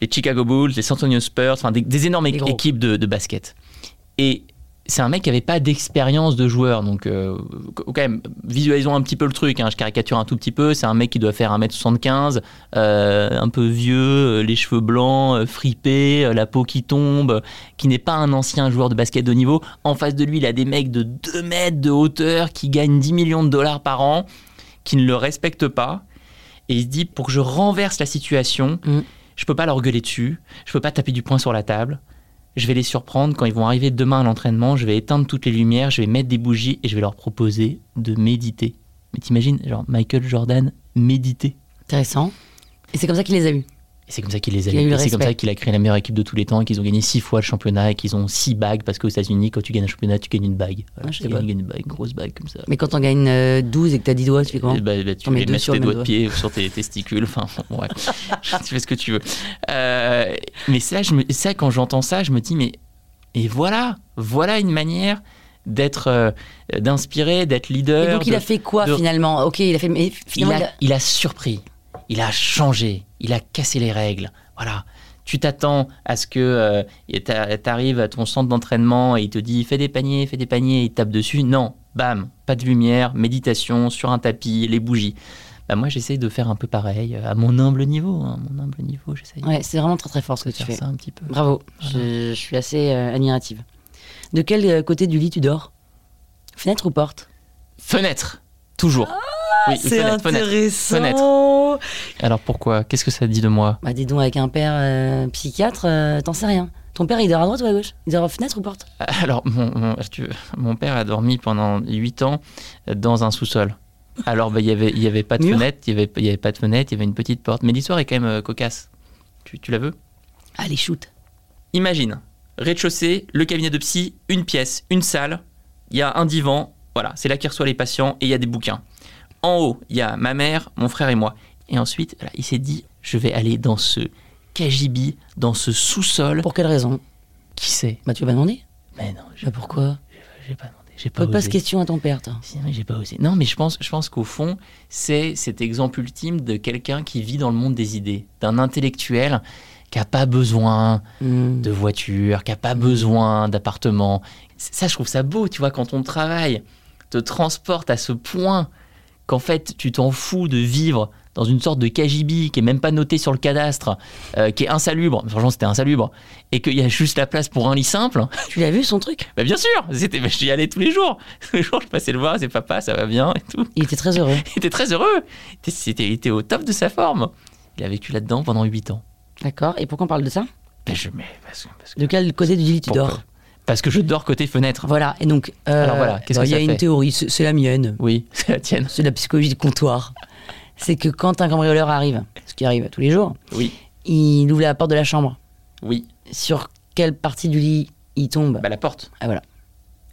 S5: les Chicago Bulls, les San Antonio Spurs, enfin des, des énormes
S4: Des gros.
S5: équipes de, de basket. Et c'est un mec qui n'avait pas d'expérience de joueur. Donc, euh, quand même, visualisons un petit peu le truc. hein, je caricature un tout petit peu. C'est un mec qui doit faire 1m75, euh, un peu vieux, euh, les cheveux blancs, euh, fripés, euh, la peau qui tombe, euh, qui n'est pas un ancien joueur de basket de haut niveau. En face de lui, il a des mecs de 2 mètres de hauteur qui gagnent 10 millions de dollars par an, qui ne le respectent pas. Et il se dit, pour que je renverse la situation,
S4: Mm.
S5: je peux pas leur gueuler dessus, je peux pas taper du poing sur la table. Je vais les surprendre quand ils vont arriver demain à l'entraînement. Je vais éteindre toutes les lumières, je vais mettre des bougies et je vais leur proposer de méditer. Mais t'imagines, genre Michael Jordan méditer.
S4: Intéressant. Et c'est comme ça qu'il les a eus.
S5: Et c'est comme ça qu'il les a,
S4: Il a eu
S5: eu.
S4: le
S5: Et C'est comme
S4: respect.
S5: ça qu'il a créé la meilleure équipe de tous les temps et qu'ils ont gagné six fois le championnat et qu'ils ont six bagues parce qu'aux États-Unis, quand tu gagnes un championnat, tu gagnes une bague. Voilà,
S4: Ah, je
S5: tu
S4: sais pas.
S5: gagnes une bague, une grosse bague comme ça.
S4: Mais quand on gagne euh, 12 et que t'as 10 doigts, tu fais comment
S5: Eh ben, ben, tu
S4: On met
S5: les
S4: deux
S5: mets
S4: sur
S5: sur tes
S4: le même
S5: doigts de pied, ou sur tes testicules, enfin, bon, ouais. tu fais ce que tu veux. Euh, mais ça, je me, ça, quand j'entends ça, je me dis, mais et voilà, voilà une manière d'être, euh, d'inspirer, d'être leader.
S4: Et donc, il a
S5: de-
S4: fait quoi
S5: ben, de-
S4: finalement Ok, il a fait. Mais
S5: il
S4: finalement, il
S5: a,
S4: a-
S5: il a surpris, il a changé, il a cassé les règles. Voilà. Tu t'attends à ce que euh, et t'a- t'arrives à ton centre d'entraînement et il te dit fais des paniers, fais des paniers, et il te tape dessus. Non, bam, pas de lumière, méditation sur un tapis, les bougies. Bah, moi, j'essaye de faire un peu pareil euh, à mon humble niveau. hein, mon humble niveau, j'essaye
S4: Ouais, c'est vraiment très très fort ce que
S5: de
S4: tu
S5: faire
S4: fais.
S5: ça un petit peu.
S4: Bravo, je, je suis assez euh, admirative. De quel euh, côté du lit tu dors Fenêtre ou porte
S5: Fenêtre, toujours.
S4: Ah,
S5: oui, fenêtre, fenêtre. Fenêtre. Alors pourquoi Qu'est-ce que ça dit de moi
S4: Bah dis donc, avec un père euh, psychiatre, euh, t'en sais rien. Ton père, il dort à droite ou à gauche Il dort fenêtre ou porte
S5: Alors, mon, mon- si tu veux, mon père a dormi pendant 8 ans dans un sous-sol. Alors, bah, il n'y avait, il y avait pas de
S4: Mur.
S5: fenêtre, il n'y avait, il y avait pas de fenêtre, il y avait une petite porte. Mais l'histoire est quand même euh, cocasse. Tu, tu la veux
S4: Allez, shoot.
S5: Imagine, rez-de-chaussée, le cabinet de psy, une pièce, une salle, il y a un divan, voilà, c'est là qu'il reçoit les patients et il y a des bouquins. En haut, il y a ma mère, mon frère et moi. Et ensuite, voilà, il s'est dit, je vais aller dans ce cagibi, dans ce sous-sol.
S4: Pour quelle raison
S5: Qui sait
S4: Bah tu vas pas demander.
S5: Mais non, je
S4: Bah pourquoi
S5: j'ai pas demandé, j'ai pas
S4: Pose pas
S5: osé.
S4: cette question à ton père, toi.
S5: Si, mais j'ai pas osé. Non, mais je pense, je pense qu'au fond, c'est cet exemple ultime de quelqu'un qui vit dans le monde des idées, d'un intellectuel qui a pas besoin
S4: Hmm.
S5: de voiture, qui a pas besoin d'appartement. C- Ça, je trouve ça beau, tu vois, quand ton travail te transporte à ce point qu'en fait, tu t'en fous de vivre dans une sorte de cagibi qui est même pas noté sur le cadastre, euh, qui est insalubre. Franchement, c'était insalubre. Et qu'il y a juste la place pour un lit simple.
S4: Tu l'as vu son truc
S5: Bah bien sûr, c'était, bah, j'y allais tous les jours. Tous les jours, je passais le voir, c'est papa, ça va bien et tout.
S4: Il était très heureux.
S5: Il était très heureux. Il était- C'était, il était au top de sa forme. Il a vécu là-dedans pendant 8 ans.
S4: D'accord. Et pourquoi on parle de ça
S5: Bah, je, mais parce, que- parce que,
S4: De quel côté du lit tu
S5: pourquoi
S4: dors
S5: Parce que je dors côté fenêtre.
S4: Voilà. Et donc, euh,
S5: Alors voilà, qu'est-ce
S4: bah,
S5: que
S4: il y a
S5: ça
S4: une
S5: fait
S4: théorie, c'est c'est la mienne.
S5: Oui, c'est la tienne.
S4: C'est de la psychologie de comptoir. C'est que quand un cambrioleur arrive, ce qui arrive tous les jours,
S5: Oui,
S4: il ouvre la porte de la chambre.
S5: oui.
S4: Sur quelle partie du lit il tombe
S5: Bah la porte.
S4: Ah voilà.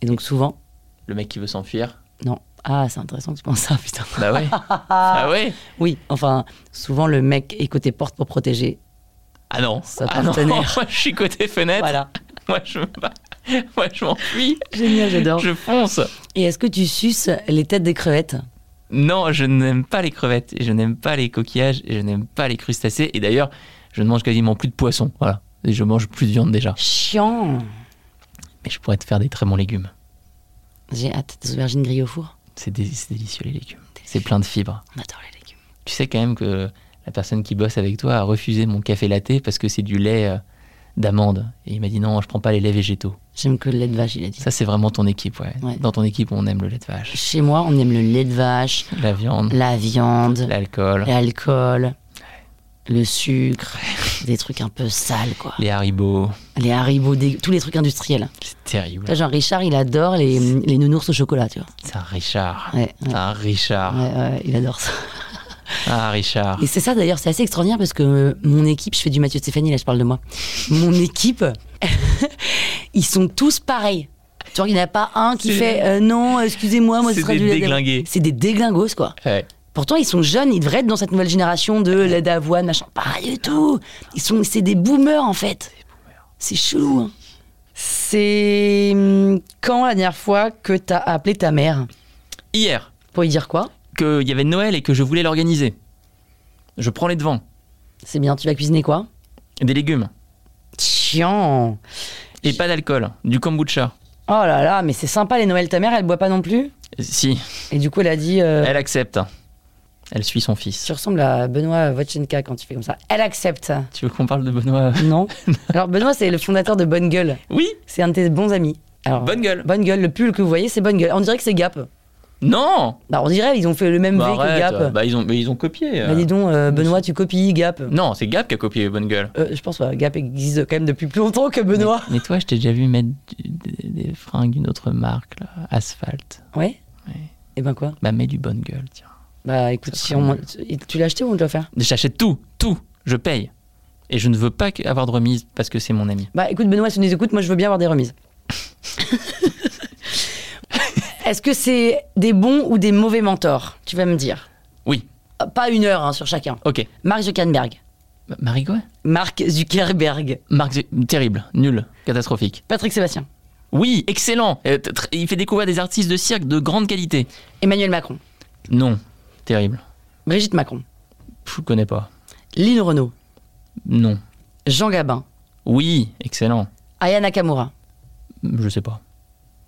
S4: Et donc souvent,
S5: Le mec qui veut s'enfuir.
S4: non. Ah, c'est intéressant que tu penses ça, putain.
S5: Bah ouais. ah ouais.
S4: Oui, enfin, souvent le mec est côté porte pour protéger.
S5: Ah non.
S4: Sa
S5: Ah non.
S4: partenaire.
S5: Moi, je suis côté fenêtre.
S4: Voilà.
S5: Moi, je me bats. Moi, je m'enfuis.
S4: Génial, j'adore.
S5: Je fonce.
S4: Et est-ce que tu suces les têtes des crevettes
S5: Non, je n'aime pas les crevettes, et je n'aime pas les coquillages, et je n'aime pas les crustacés. Et d'ailleurs, je ne mange quasiment plus de poisson. Voilà. Et je mange plus de viande déjà.
S4: Chiant
S5: Mais je pourrais te faire des très bons légumes.
S4: J'ai hâte des aubergines grillées au four.
S5: C'est dé- c'est délicieux, les légumes. C'est plein de fibres.
S4: On adore les légumes.
S5: Tu sais quand même que la personne qui bosse avec toi a refusé mon café latte parce que c'est du lait euh, d'amande. Et il m'a dit non, je prends pas les laits végétaux.
S4: J'aime que le lait de vache, il a dit.
S5: Ça, c'est vraiment ton équipe, ouais.
S4: Ouais.
S5: Dans ton équipe, on aime le lait de vache,
S4: Chez moi, on aime le lait de vache,
S5: la viande,
S4: la viande,
S5: l'alcool,
S4: l'alcool, le sucre, des trucs un peu sales, quoi.
S5: les haribots.
S4: Les haribots, dég- tous les trucs industriels.
S5: C'est terrible.
S4: Là, genre Richard, il adore les, les nounours au chocolat, tu vois.
S5: C'est un Richard.
S4: Ouais, ouais.
S5: C'est un Richard.
S4: Ouais, ouais, il adore ça.
S5: Ah, Richard.
S4: Et c'est ça d'ailleurs, c'est assez extraordinaire parce que euh, mon équipe, je fais du Mathieu Stéphanie, là je parle de moi. Mon équipe, ils sont tous pareils. Tu vois, il n'y en a pas un qui
S5: C'est-
S4: fait euh, non, excusez-moi, moi ce
S5: C'est
S4: sera
S5: des
S4: du lait
S5: déglingués.
S4: d'avoine. C'est des déglingos quoi.
S5: Ouais.
S4: Pourtant, ils sont jeunes, ils devraient être dans cette nouvelle génération de lait d'avoine, machin. Pas du tout. Ils sont, c'est des boomers en fait. C'est chelou. hein. C'est hum, quand la dernière fois que t'as appelé ta mère
S5: Hier,
S4: pour lui dire quoi
S5: qu'il y avait Noël et que je voulais l'organiser. Je prends les devants.
S4: C'est bien, tu vas cuisiner quoi
S5: Des légumes.
S4: Chiant.
S5: Et pas d'alcool. Du kombucha.
S4: Oh là là, mais c'est sympa les Noëls. Ta mère, elle boit pas non plus
S5: Si,
S4: Et du coup, elle a dit euh,
S5: elle accepte. Elle suit son fils.
S4: Tu ressembles à Benoît Wojtchenka quand tu fais comme ça. Elle accepte.
S5: Tu veux qu'on parle de Benoît
S4: Non Alors, Benoît, c'est le fondateur de Bonne Gueule.
S5: Oui
S4: C'est un de tes bons amis. Alors,
S5: Bonne gueule.
S4: Bonne Gueule, le pull que vous voyez, c'est Bonne Gueule. On dirait que c'est Gap.
S5: Non
S4: Bah, on dirait ils ont fait le même
S5: Bah
S4: V que Gap.
S5: arrête, bah ils ont, mais ils ont copié. euh.
S4: Bah, dis donc, euh, Benoît, tu copies Gap.
S5: Non, c'est Gap qui a copié Bonne Gueule.
S4: Euh, je pense pas. Gap existe quand même depuis plus longtemps que Benoît.
S5: Mais toi, je t'ai déjà vu mettre du- des, des fringues d'une autre marque, là, Asphalt.
S4: Ouais
S5: Ouais.
S4: Et ben quoi
S5: Bah mets du Bonne Gueule, tiens.
S4: Bah écoute,
S5: Ça
S4: si
S5: serait
S4: on-
S5: mieux.
S4: tu- tu l'as acheté ou on te l'a offert
S5: J'achète tout, tout, je paye. Et je ne veux pas que- avoir de remise parce que c'est mon ami.
S4: Bah écoute Benoît, si tu nous écoutes, moi je veux bien avoir des remises. Est-ce que c'est des bons ou des mauvais mentors Tu vas me dire.
S5: Oui,
S4: Pas une heure hein, sur chacun.
S5: ok.
S4: Mark Zuckerberg.
S5: Bah, Marie quoi
S4: Mark Zuckerberg.
S5: Marc, Zuc- terrible, nul, catastrophique.
S4: Patrick Sébastien.
S5: Oui, excellent. Euh, t- tr- Il fait découvrir des artistes de cirque de grande qualité.
S4: Emmanuel Macron.
S5: Non, terrible.
S4: Brigitte Macron.
S5: Je connais pas.
S4: Lynn Renault.
S5: Non.
S4: Jean Gabin.
S5: Oui, excellent.
S4: Aya Nakamura.
S5: Je sais pas.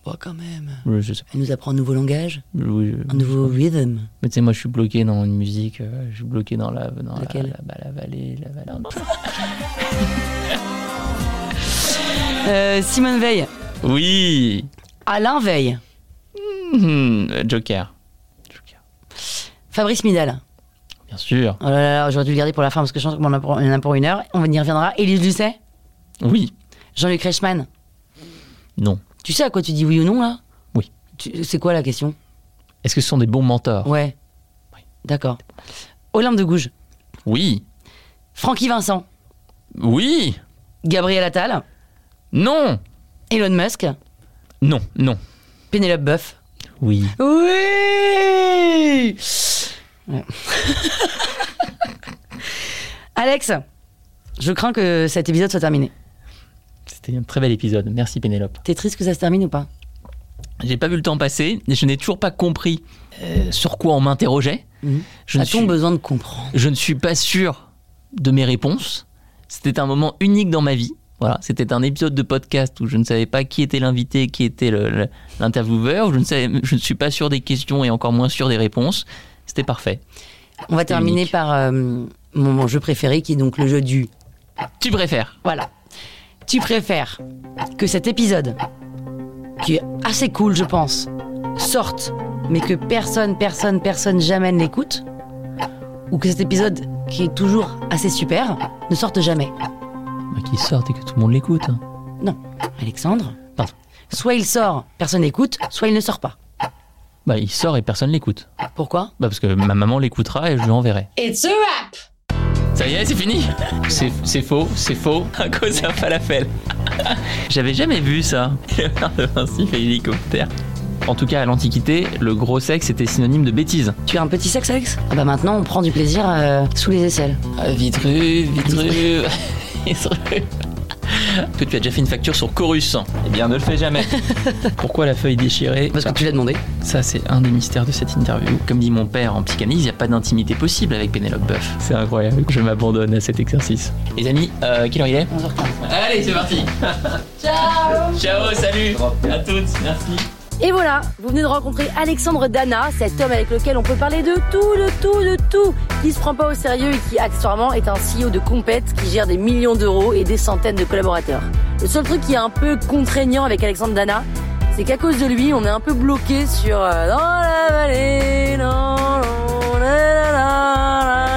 S4: Bon, quand même.
S5: Je, je sais pas.
S4: Elle nous apprend un nouveau langage,
S5: Oui, je-
S4: un nouveau rhythm.
S5: Mais tu sais, moi, je suis bloqué dans une musique. euh, je suis bloqué dans la, dans la-
S4: Laquelle
S5: la- bah, la vallée, la vallée.
S4: Euh, Simone Veil.
S5: Oui.
S4: Alain Veil.
S5: Hmm, euh, Joker. Joker.
S4: Fabrice Midal.
S5: Bien sûr.
S4: Oh là là, là, j'aurais dû le garder pour la fin parce que je pense qu'on en a pour, on en a pour une heure. On y reviendra. Élise Lucet.
S5: Oui.
S4: Jean-Luc Reichmann.
S5: Non.
S4: Tu sais à quoi tu dis oui ou non là
S5: Oui.
S4: Tu- C'est quoi la question
S5: Est-ce que ce sont des bons mentors
S4: Ouais. D'accord. Olympe de Gouges,
S5: Oui.
S4: Francky Vincent,
S5: Oui.
S4: Gabriel Attal,
S5: Non.
S4: Elon Musk,
S5: Non. Non.
S4: Pénélope Boeuf.
S5: Oui.
S4: Oui Alex, je crains que cet épisode soit terminé.
S5: C'était un très bel épisode. Merci, Pénélope.
S4: T'es triste que ça se termine ou pas
S5: J'ai pas vu le temps passer. et Je n'ai toujours pas compris euh, sur quoi on m'interrogeait. Je ne
S4: A-t-on
S5: suis-
S4: besoin de comprendre
S5: Je ne suis pas sûr de mes réponses. C'était un moment unique dans ma vie. Voilà, c'était un épisode de podcast où je ne savais pas qui était l'invité, qui était le- le- l'intervieweur. Je ne savais, je ne suis pas sûr des questions et encore moins sûr des réponses. C'était parfait.
S4: On va terminer
S5: unique.
S4: par euh, mon, mon jeu préféré qui est donc le jeu du...
S5: Tu préfères
S4: Voilà. Tu préfères que cet épisode, qui est assez cool, je pense, sorte, mais que personne, personne, personne jamais ne l'écoute, ou que cet épisode, qui est toujours assez super, ne sorte jamais
S5: Bah, Qui sortent et que tout le monde l'écoute.
S4: Non. Alexandre
S5: Pardon.
S4: Soit il sort, personne n'écoute, soit il ne sort pas.
S5: Bah, il sort et personne l'écoute.
S4: Pourquoi
S5: Bah, parce que ma maman l'écoutera et je lui enverrai.
S4: It's a wrap
S5: Ça y est, c'est fini C'est c'est faux, c'est faux. Un cause à falafel. J'avais jamais vu ça. Le principe et l'hélicoptère. En tout cas, à l'Antiquité, le gros sexe était synonyme de bêtise.
S4: Tu as un petit sexe, Alex Ah bah maintenant, on prend du plaisir euh, sous les aisselles.
S5: Vitruve, Vitruve, Vitruve. que tu as déjà fait une facture sur Chorus. Eh bien, ne le fais jamais. Pourquoi la feuille déchirée
S4: Parce que tu l'as demandé.
S5: Ça, c'est un des mystères de cette interview. Comme dit mon père en psychanalyse, il n'y a pas d'intimité possible avec Pénélope Boeuf. C'est incroyable. Je m'abandonne à cet exercice. Les amis, euh, quelle heure il est 11h15. Allez, c'est parti. Ciao. Ciao, salut. À toutes. Merci.
S4: Et voilà, vous venez de rencontrer Alexandre Dana, cet homme avec lequel on peut parler de tout, de tout, de tout, qui se prend pas au sérieux et qui accessoirement est un CEO de compète qui gère des millions d'euros et des centaines de collaborateurs. Le seul truc qui est un peu contraignant avec Alexandre Dana, c'est qu'à cause de lui, on est un peu bloqué sur euh, dans la vallée, dans la- la- la- la- la- la-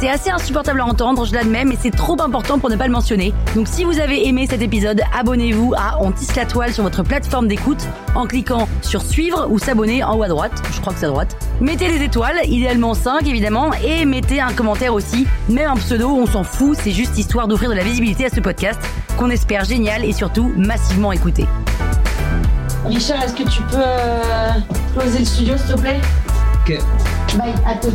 S4: c'est assez insupportable à entendre, je l'admets, mais c'est trop important pour ne pas le mentionner. Donc si vous avez aimé cet épisode, abonnez-vous à On tisse la toile sur votre plateforme d'écoute en cliquant sur suivre ou s'abonner en haut à droite, je crois que c'est à droite. Mettez les étoiles, idéalement 5 évidemment, et mettez un commentaire aussi, même un pseudo, on s'en fout, c'est juste histoire d'offrir de la visibilité à ce podcast qu'on espère génial et surtout massivement écouté.
S8: Richard, est-ce que tu peux euh, closer le studio, s'il te plaît
S3: Ok.
S8: Bye, à toutes.